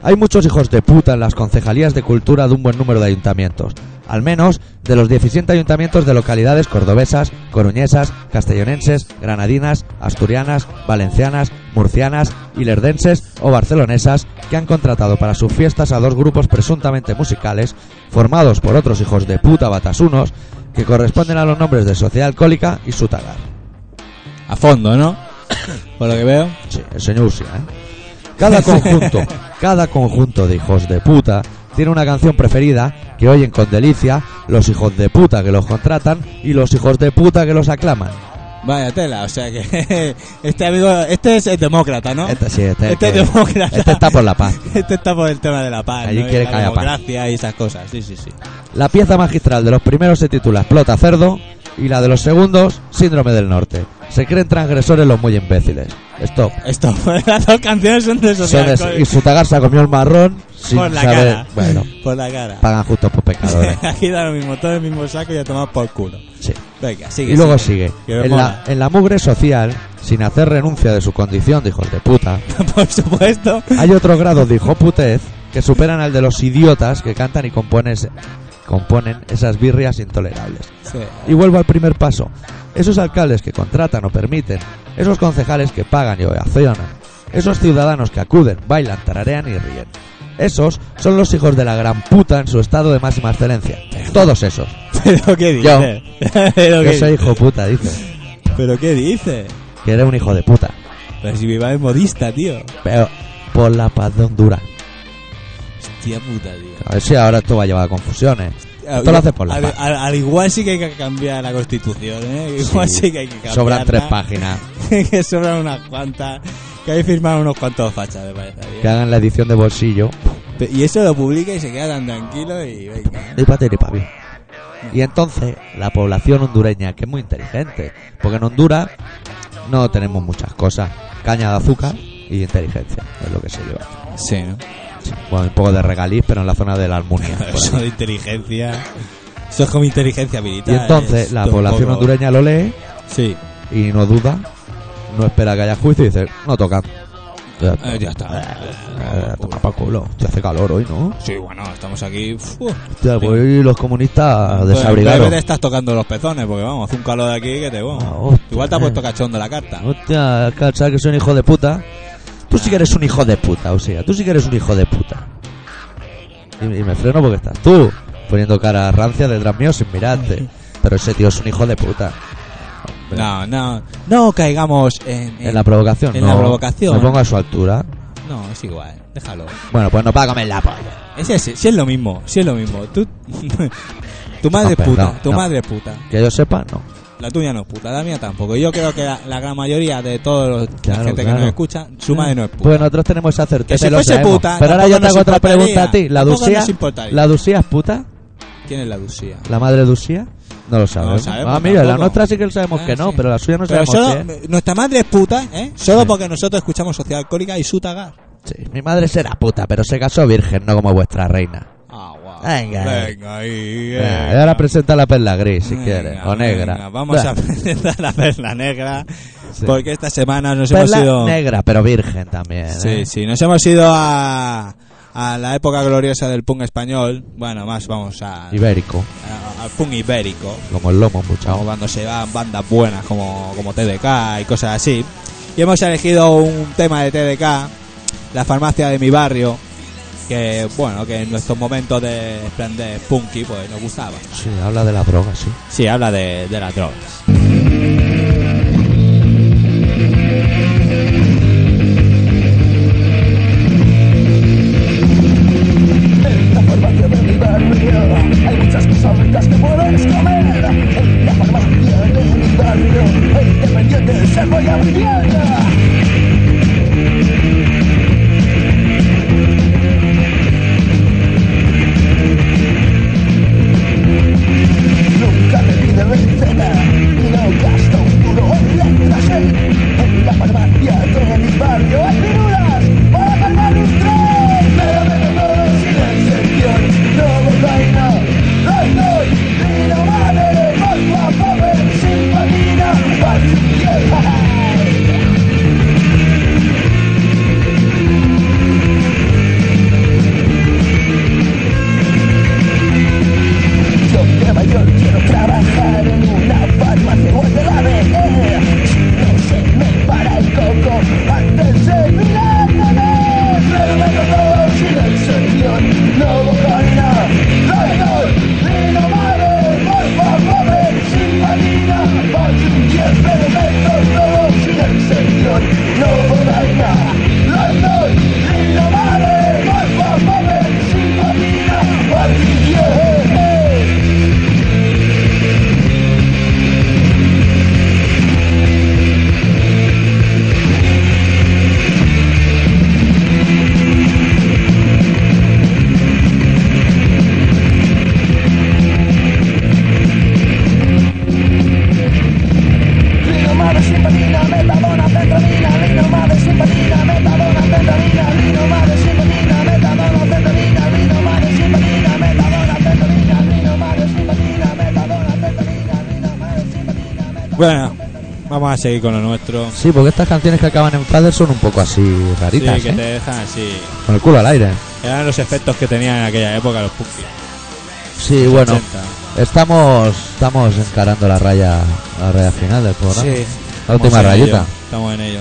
Hay muchos hijos de puta en las concejalías de cultura de un buen número de ayuntamientos. Al menos de los 17 ayuntamientos de localidades cordobesas, coruñesas, castellonenses, granadinas, asturianas, valencianas, murcianas, hilerdenses o barcelonesas que han contratado para sus fiestas a dos grupos presuntamente musicales formados por otros hijos de puta batasunos que corresponden a los nombres de Sociedad Alcohólica y Sutagar.
A fondo, ¿no? Por lo que veo.
Sí, el señor Usia, ¿eh? Cada conjunto, cada conjunto de hijos de puta tiene una canción preferida que oyen con delicia los hijos de puta que los contratan y los hijos de puta que los aclaman.
Vaya tela, o sea que este amigo, este es el demócrata, ¿no?
Este sí, este,
Este
este-
es demócrata.
este está por la paz.
Este está por el tema de la paz,
Allí
¿no? Y
quiere
la
que haya paz.
democracia y esas cosas, sí, sí, sí.
La pieza magistral de los primeros se titula Explota cerdo y la de los segundos Síndrome del Norte. Se creen transgresores los muy imbéciles. Stop.
Esto, las dos canciones son de esos
Son es- y su tagarza comió el marrón sin
por la
saber.
cara.
Bueno,
Por la cara.
pagan justos por pecadores.
Aquí da lo mismo, todo en el mismo saco y a tomar por culo.
Sí.
Venga, sigue.
Y luego
sigue.
sigue.
Que me
En
mola.
la, en la mugre social, sin hacer renuncia de su condición de hijos de puta,
por supuesto.
hay otros grados de hijoputez que superan al de los idiotas que cantan y componen, ese- componen esas birrias intolerables.
Sí.
Y vuelvo al primer paso. Esos alcaldes que contratan o permiten, esos concejales que pagan y ovacionan, esos ciudadanos que acuden, bailan, tararean y ríen. Esos son los hijos de la gran puta en su estado de máxima excelencia. Todos esos.
Pero qué
Yo.
dices. Pero,
Yo
qué,
soy hijo puta, dice.
pero qué dices.
Que eres un hijo de puta.
Pero si mi madre es modista, tío.
Pero por la paz de Honduras.
Hostia puta, tío.
A ver si ahora esto va a llevar a confusiones.
Ah,
Esto lo hace por la
al,
paz.
al- al igual sí que hay que cambiar la constitución, ¿eh? Igual sí, que hay que cambiar.
Sobran tres páginas.
que sobran unas cuantas. Que hay que firmar unos cuantos fachas, me parece. bien.
Que hagan la edición de bolsillo.
Pe- Y eso lo publica y se queda tan tranquilo y venga. ¿eh?
Ni pa' ti ni pa' mí. Y entonces la población hondureña, que es muy inteligente, porque en Honduras no tenemos muchas cosas. Caña de azúcar y inteligencia, es lo que se lleva.
Sí, ¿no?
Bueno, un poco de regaliz, pero en la zona de la Almunia. por
Eso
ahí.
de inteligencia. Eso es como inteligencia
Y
militar.
entonces
es
la
todo un
población
poco-
hondureña lo lee
Sí.
y no duda, no espera que haya juicio y dice, no tocan. Ya está.
Eh, ya está.
Eh, toma pa' culo. Te hace calor hoy, ¿no?
Sí, bueno, estamos aquí. uf. pues,
Hostia, pues hoy los comunistas
Bueno, todavía
desabrigaron.
te estás tocando los pezones porque vamos, hace un calor de aquí que te vamos.
Ah, hostia,
Igual te ha
eh.
puesto cachondo la carta.
Hostia, ¿sabes que soy un hijo de puta? Tú sí que eres un hijo de puta, o sea, tú sí que eres un hijo de puta. Y, y me freno porque estás tú poniendo cara rancia detrás mío sin mirarte. Pero ese tío es un hijo de puta. Hombre.
No, no, no caigamos en, en-
En la provocación,
Eh, en
no.
la provocación.
Me pongo a su altura.
No, es igual, déjalo.
Bueno, pues no para comer la polla.
Es ese, si es lo mismo, si es lo mismo. Tú, tu madre es
No,
puta,
perdón,
tu
no.
madre es puta.
Que yo sepa, no.
La tuya no es puta, la mía tampoco. Y Yo creo que la, la gran mayoría de todos los la
Claro,
gente
claro.
que nos escucha, su madre no es puta.
Pues nosotros tenemos esa
que
certeza
si
y lo
fuese
sabemos.
puta,
Pero ahora
tampoco
yo te
nos
hago otra
importaría.
pregunta a ti. ¿La
Tampoco
Ducía,
nos importaría.
¿La Ducía es puta?
¿Quién es la Lucía?
¿La madre Ducía? No lo sabemos.
sabemos
ah, mira, la
tampoco.
nuestra sí que lo sabemos
Ah,
que no,
sí.
pero la suya no
Pero
sabemos
solo,
si es.
nuestra madre es puta, ¿eh? Solo
Sí.
porque nosotros escuchamos Sociedad Alcohólica y Sutagar.
Sí, mi madre será puta, pero se casó virgen, no como vuestra reina.
Ah, guau.
Venga.
Venga, ahí,
Ah, y
venga.
ahora presenta la perla gris, si
Venga,
quieres, o
venga,
negra.
vamos
Bah,
a presentar la perla negra.
Sí.
Porque esta semana nos hemos
Perla
ido.
negra, pero virgen también.
Sí,
¿eh?
sí, nos hemos ido a, a la época gloriosa del punk español. Bueno, más vamos a,
Ibérico,
a- al punk ibérico.
como el lomo,
Como
muchacho.
cuando se van bandas buenas como, como TDK y cosas así. Y hemos elegido un tema de TDK, la farmacia de mi barrio. Que bueno, que en nuestros momentos de esplendor punky pues nos gustaba.
Sí, habla de las drogas, sí.
Sí, habla de, de las drogas.
Nunca me pide receta, no gasto un duro en letra.
Bueno, vamos a seguir con lo nuestro.
Sí, porque estas canciones que acaban en Fader son un poco así
Sí,
raritas,
que
¿eh?
te dejan así.
Con el culo al aire.
Eran los efectos que tenían en aquella época los punkies.
Sí, bueno,
80.
estamos estamos encarando la raya la raya final del programa. la
Estamos
última
en
rayita.
ello, Estamos en ello.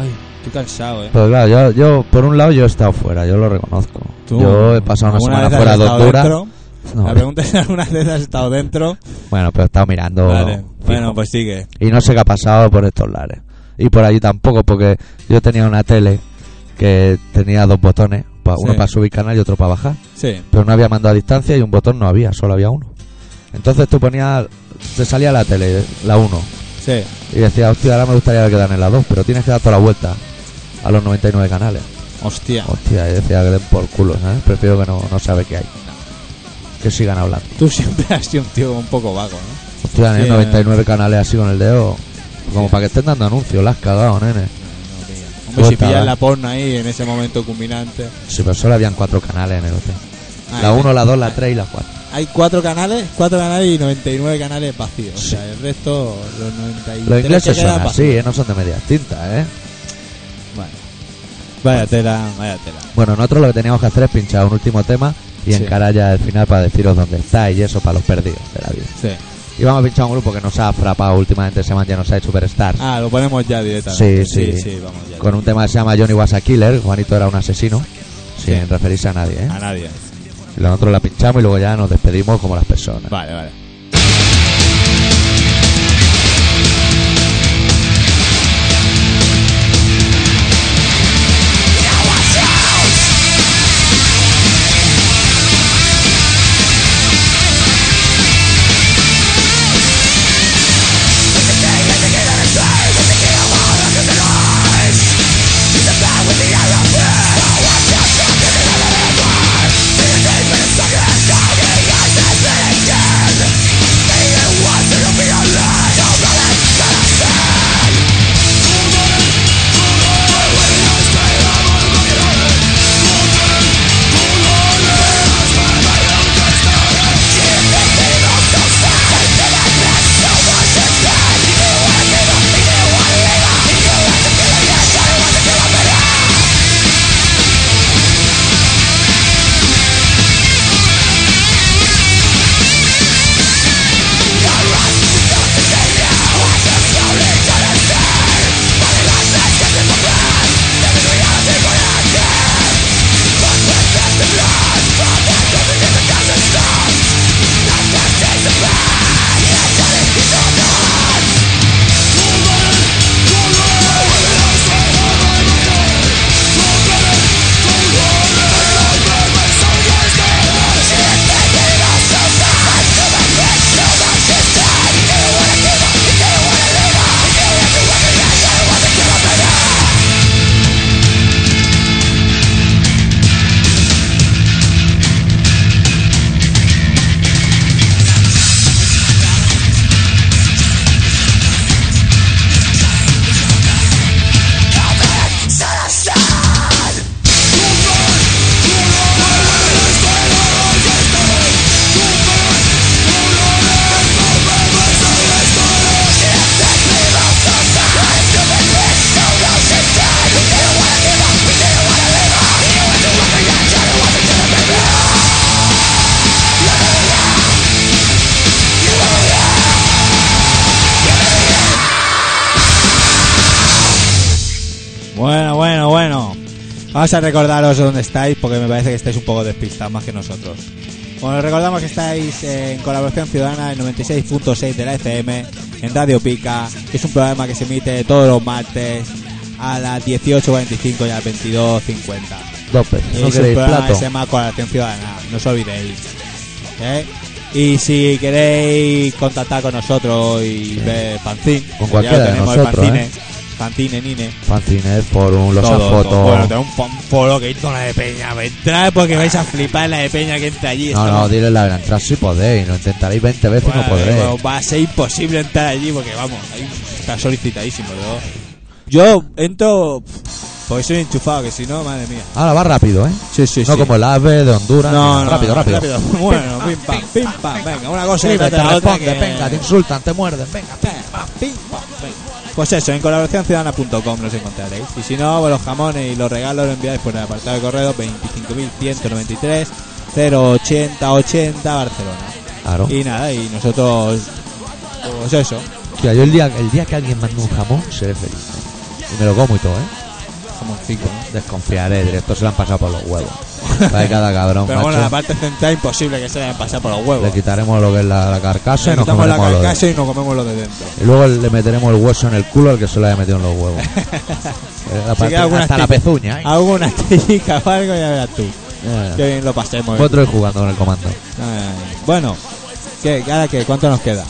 Ay, estoy cansado, eh.
Pues claro, yo, yo, por un lado, yo he estado fuera, yo lo reconozco.
Tú,
yo he pasado una
¿alguna
semana
vez has
fuera de
estado
Honduras.
dentro?
No,
La pregunta es: ¿alguna vez has estado dentro?
bueno, pero he estado mirando.
Vale.
Oh, fijo.
Bueno, pues sigue.
Y no sé qué ha pasado por estos lares. Y por allí tampoco, porque yo tenía una tele que tenía dos botones, pa- uno
Sí.
para subir canal y otro para bajar.
Sí.
Pero no había mando a distancia y un botón no había, solo había uno. Entonces tú ponías, te salía la tele, la 1,
Sí.
y decías, hostia, ahora me gustaría que dan en la 2, pero tienes que dar toda la vuelta a los 99 canales.
Hostia.
Hostia, yo decía que den por culo, ¿sabes? Prefiero que no, no sabe qué hay. Que sigan hablando.
Tú siempre has sido un tío un poco vago, ¿no? Sí,
Hostia, nene,
eh.
99 canales así con el dedo. Como para que estén dando anuncios, las has cagado, nene.
Hombre, si
Cuenta,
pillas
va.
la porno ahí en ese momento culminante.
Sí, pero solo habían cuatro canales en el hotel.
Ah,
La
hay-
1, la 2, la 3 y la 4.
Hay cuatro canales, cuatro canales y 99 canales vacíos. O sea, el resto, los 93
Los
que
ingleses son
quedan
así,
vacíos.
¿eh? No son de medias tintas, ¿eh?
Bueno. Vaya tela, vaya tela.
Bueno, nosotros lo que teníamos que hacer es pinchar un último tema y
Sí.
encarar ya el final para deciros dónde está y eso para los perdidos de la vida.
Sí.
Y vamos a pinchar un grupo que nos ha frapado últimamente, se llama Genocide Superstars,
Ah, lo ponemos ya directamente.
Sí, sí.
Sí, vamos ya.
con un tema que se llama Johnny Was a Killer, Juanito era un asesino,
Sí. Ah,
sin referirse a nadie, ¿eh?
A nadie.
Y Nosotros la pinchamos y luego ya nos despedimos como las personas.
Vale, vale. Bueno, bueno, bueno. Vamos a recordaros dónde estáis porque me parece que estáis un poco despistados más que nosotros. Bueno, recordamos que estáis en Colaboración Ciudadana en 96.6 de la FM, en Radio Pica, que es un programa que se emite todos los martes a las 18.45 y a las 22.50.
Dos veces,
Y
no
es un
queréis
programa que
plato.
se llama Colaboración Ciudadana, no os olvidéis. ¿eh? Y si queréis contactar con nosotros y ver Pancín,
Con
que
cualquiera
ya
de
lo tenemos
nosotros, ¿eh?
Pancine, Pancine, Nine.
Fanzines, Forum, Los
todo,
Fotos.
todo. Bueno, tenemos un foro que hizo la de Peña. Entrad porque vais a flipar la de Peña que entra allí.
No,
Esto
no, dile la verdad, entrar si podéis, lo intentaréis 20 veces y
bueno,
no podréis.
bueno, va a ser imposible entrar allí porque vamos, ahí está solicitadísimo. ¿no? Yo entro Porque soy enchufado, que si no, madre mía.
Ahora va rápido, ¿eh?
Sí, sí,
No
sí.
como el ave de Honduras.
No, no,
rápido,
no,
rápido.
Bueno, pim pam, pim pam. Venga, una cosa
Sí,
y
te
trata la otra.
responden,
que-
venga, te insultan, te muerden, venga.
Pim, pam, pim, pam, venga. Pues eso, en colaboraciónciudadana.com los encontraréis. Y si no, pues los jamones y los regalos los enviáis por el apartado de correo 25.193 08080 Barcelona.
Claro.
Y nada, y nosotros. Pues eso,
Hostia, yo el día, el día que alguien mande un jamón, seré feliz. Y me lo como y todo, ¿eh?
jamoncito. ¿no?
Desconfiaré, directo se lo han pasado por los huevos. Vaya cada cabrón,
Pero bueno,
macho.
la parte central imposible que se le hayan pasado por los
Le
huevos.
quitaremos lo que es la, la carcasa
Le
y nos
quitamos la
comeremos lo de-
carcasa y nos comemos lo de dentro.
Y luego le meteremos el hueso en el culo al que se lo haya metido en los huevos. Eh, la
Si
parte-
queda alguna
hasta la
astilla.
pezuña, ¿eh?
Alguna técnica o algo, ya verás tú.
Eh,
Qué bien lo pasemos. ¿eh?
Otro ir jugando con el comando.
Ay, Bueno, ¿qué? ¿Ahora qué? ¿Cuánto nos queda?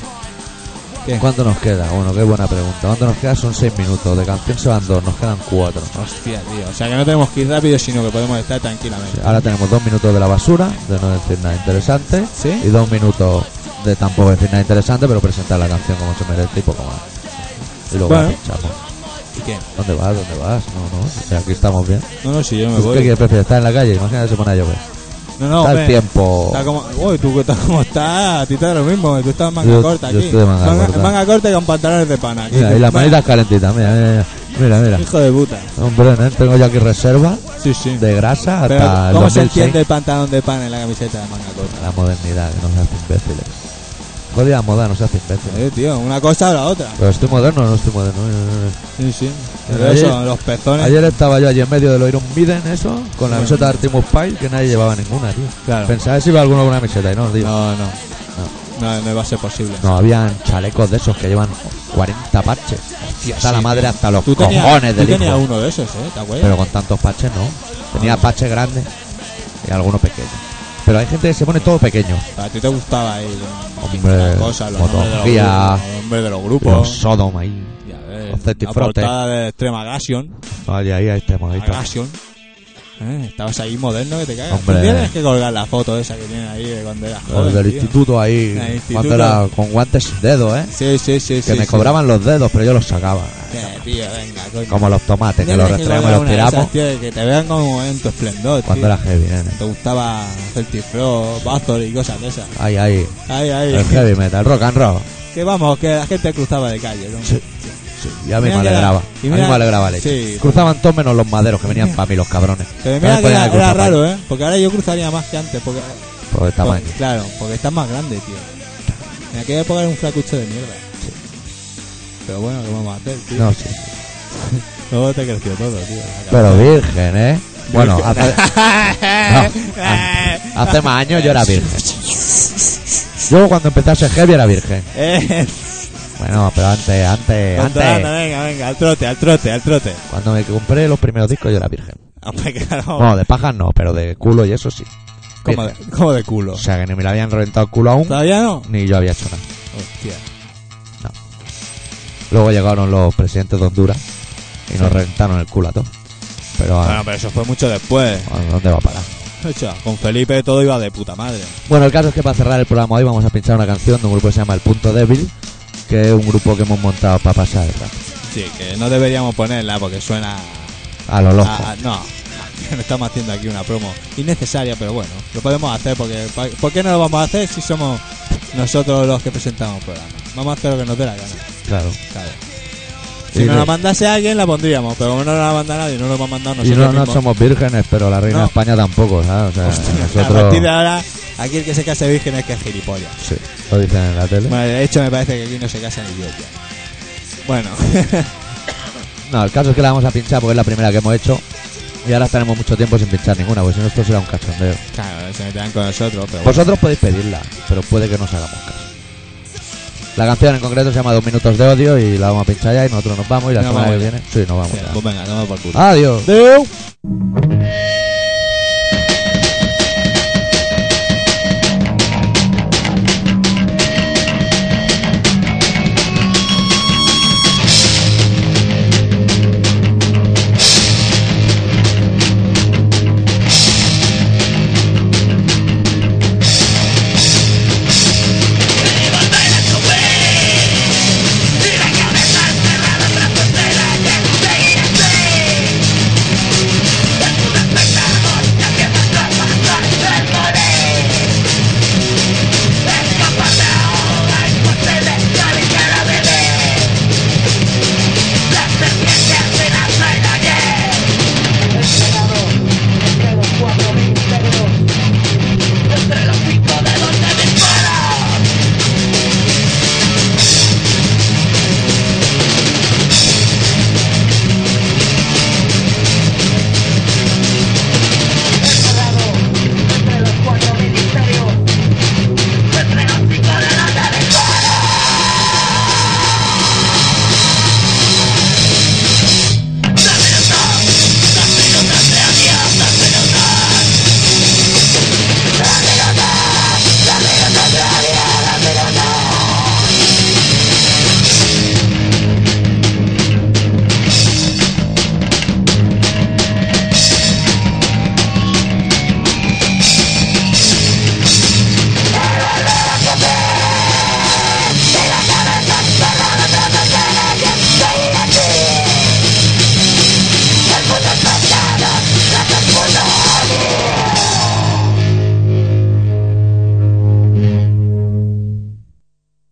Bien.
¿Cuánto nos queda? Bueno, qué buena pregunta. ¿Cuánto nos queda? Son seis minutos. De canción se van dos, nos quedan cuatro.
Hostia, tío. O sea que no tenemos que ir rápido, sino que podemos estar tranquilamente.
Ahora tenemos dos minutos de la basura, de no decir nada interesante.
¿Sí?
Y dos minutos de tampoco decir nada interesante, pero presentar la canción como se merece y poco más. Y luego
Bueno.
la pinchamos.
¿Y qué?
¿Dónde vas? ¿Dónde vas? No, no. o sea, aquí estamos bien.
No, no, si yo me
¿Tú ¿Qué
voy.
quieres prefieres? ¿Estar en la calle? Imagínate se pone a llover.
No, no,
Está el
hombre.
tiempo.
Está como... Uy, tú que estás como estás. A ti te da lo mismo. que Tú estás en manga
Yo-
corta
yo
aquí.
estoy de manga corta.
manga corta y con pantalones de pana. aquí.
Mira, y las
Mira,
manitas calentitas. Mira, mira, mira. Mira, mira.
Hijo de puta.
Hombre, ¿eh? tengo ya aquí reserva
Sí, sí.
de grasa
Pero,
hasta el
¿Cómo se
2006.
entiende el pantalón de pana en la camiseta de manga corta?
La modernidad, que no se hace imbéciles. Jodida moda, no se hace imbéciles.
Eh, tío, una cosa o la otra.
Pero estoy moderno o no estoy moderno. Eh, eh, eh.
Sí, sí.
Pero
Pero eso,
ayer-
los pezones.
Ayer estaba yo allí en medio de los Iron Maiden, eso, con la camiseta de Artemus Pyle, que nadie llevaba ninguna, tío.
Claro.
Pensaba si iba alguno con una camiseta y no, tío. No.
No, no. No, no va a ser posible.
habían chalecos de esos que llevan 40 parches. hasta
sí,
la madre, hasta los
Tú tenías,
cojones
tú
del
tenías
hijo.
uno de esos, ¿eh? ¿Te acuerdas?
Pero con tantos parches no. Tenía parches grandes y algunos pequeños. Pero hay gente que se pone todo pequeño.
A ti te gustaba ahí
Hombre,
las cosas, los nombres, de los,
fotografía.
grupos, los nombres de los
Los
grupos.
Sodom ahí.
Ya ves,
los
la
cetifrotes.
portada de Extrema Gasion.
Vaya, ahí, ahí estamos, ahí estamos.
Gasion. Eh, estabas ahí moderno que te cagas.
Hombre.
Tú Tienes que colgar la foto esa que tienes ahí de cuando eras
Los
joven,
del
tío.
instituto ahí,
El instituto.
cuando era con guantes sin dedos, ¿eh?
Sí, sí, sí. Eh,
que me cobraban los dedos, pero yo los sacaba.
tío, venga, coño.
Como los tomates, que los
Tienes
retraemos
colgar
y los
una de
tiramos.
esas, tío, de que te vean como en tu esplendor,
Cuando
tío.
era heavy, nene.
Te gustaba Celtifro, Bazor y cosas de esas.
Ay, ay.
Ay,
El
ay.
heavy metal, el rock and roll.
Que vamos, que la gente cruzaba de calle, ¿no?
Sí, sí. Y a mí me
Mira que
alegraba.
era- y
a mí
mira-
me alegraba leche.
sí.
Cruzaban todos menos los maderos que venían para mí, los cabrones.
Pero
No me
mira que
podían
era,
cruzar
era
pa'
raro, ¿eh? Porque ahora yo cruzaría más que antes. Porque,
mí, Por el tamaño.
porque- claro, porque estás más grande, tío. En aquella época era un flacucho de mierda. Pero bueno, ¿qué vamos a hacer, tío?
No, sí.
Luego te creció todo, tío.
Pero virgen, ¿eh? Bueno, hace, Ah, no, ha-
Eh,
hace más años yo era virgen. Yo cuando empecé a ser heavy era virgen.
eh,
Bueno, pero antes, antes,
controlando,
antes.
venga, venga, al trote, al trote, al trote.
Cuando me compré los primeros discos yo era virgen.
Hombre, claro.
Bueno, de pajas no, pero de culo y eso sí.
como, Oh. de, como de culo.
O sea, que ni me la habían reventado el culo aún,
¿Todavía no?
ni yo había hecho nada.
Hostia.
Luego llegaron los presidentes de Honduras y nos reventaron el culo a todos. Pero,
Bueno,
ah,
pero eso fue mucho después.
¿a ¿dónde va a parar?
O sea, con Felipe todo iba de puta madre.
Bueno, el caso es que para cerrar el programa hoy vamos a pinchar una canción de un grupo que se llama El Punto Débil, que es un grupo que hemos montado para pasar el rato.
Sí, que no deberíamos ponerla porque suena
A lo loco.
Ah, no, estamos haciendo aquí una promo innecesaria, pero bueno, lo podemos hacer porque pa- ¿por qué no lo vamos a hacer si somos nosotros los que presentamos el programa? Vamos a hacer lo que nos dé la gana.
claro.
claro.
Y
Si nos
de-
la mandase alguien la pondríamos, pero como no la manda nadie, no lo va a mandar
y
nosotros
no, no
mismos.
somos vírgenes, pero la reina
No.
de España tampoco, ¿sabes? O sea,
Hostia, A
nosotros...
partir de ahora, aquí el que se case virgen es que es gilipollas.
Sí, lo dicen en la tele.
Bueno, de hecho me parece que aquí no se casa ni yo ya. Bueno,
No, el caso es que la vamos a pinchar porque es la primera que hemos hecho. Y ahora estaremos mucho tiempo sin pinchar ninguna, porque si no esto será un cachondeo.
claro, se meterán con nosotros, pero bueno.
Vosotros podéis pedirla, pero puede que no os hagamos caso. La canción en concreto se llama Dos Minutos de Odio y la vamos a pinchar ya y nosotros nos vamos y la
Nos
semana que
vamos
viene... Sí, nos vamos
Pues venga, toma por culo.
ya. Adiós.
Adeu.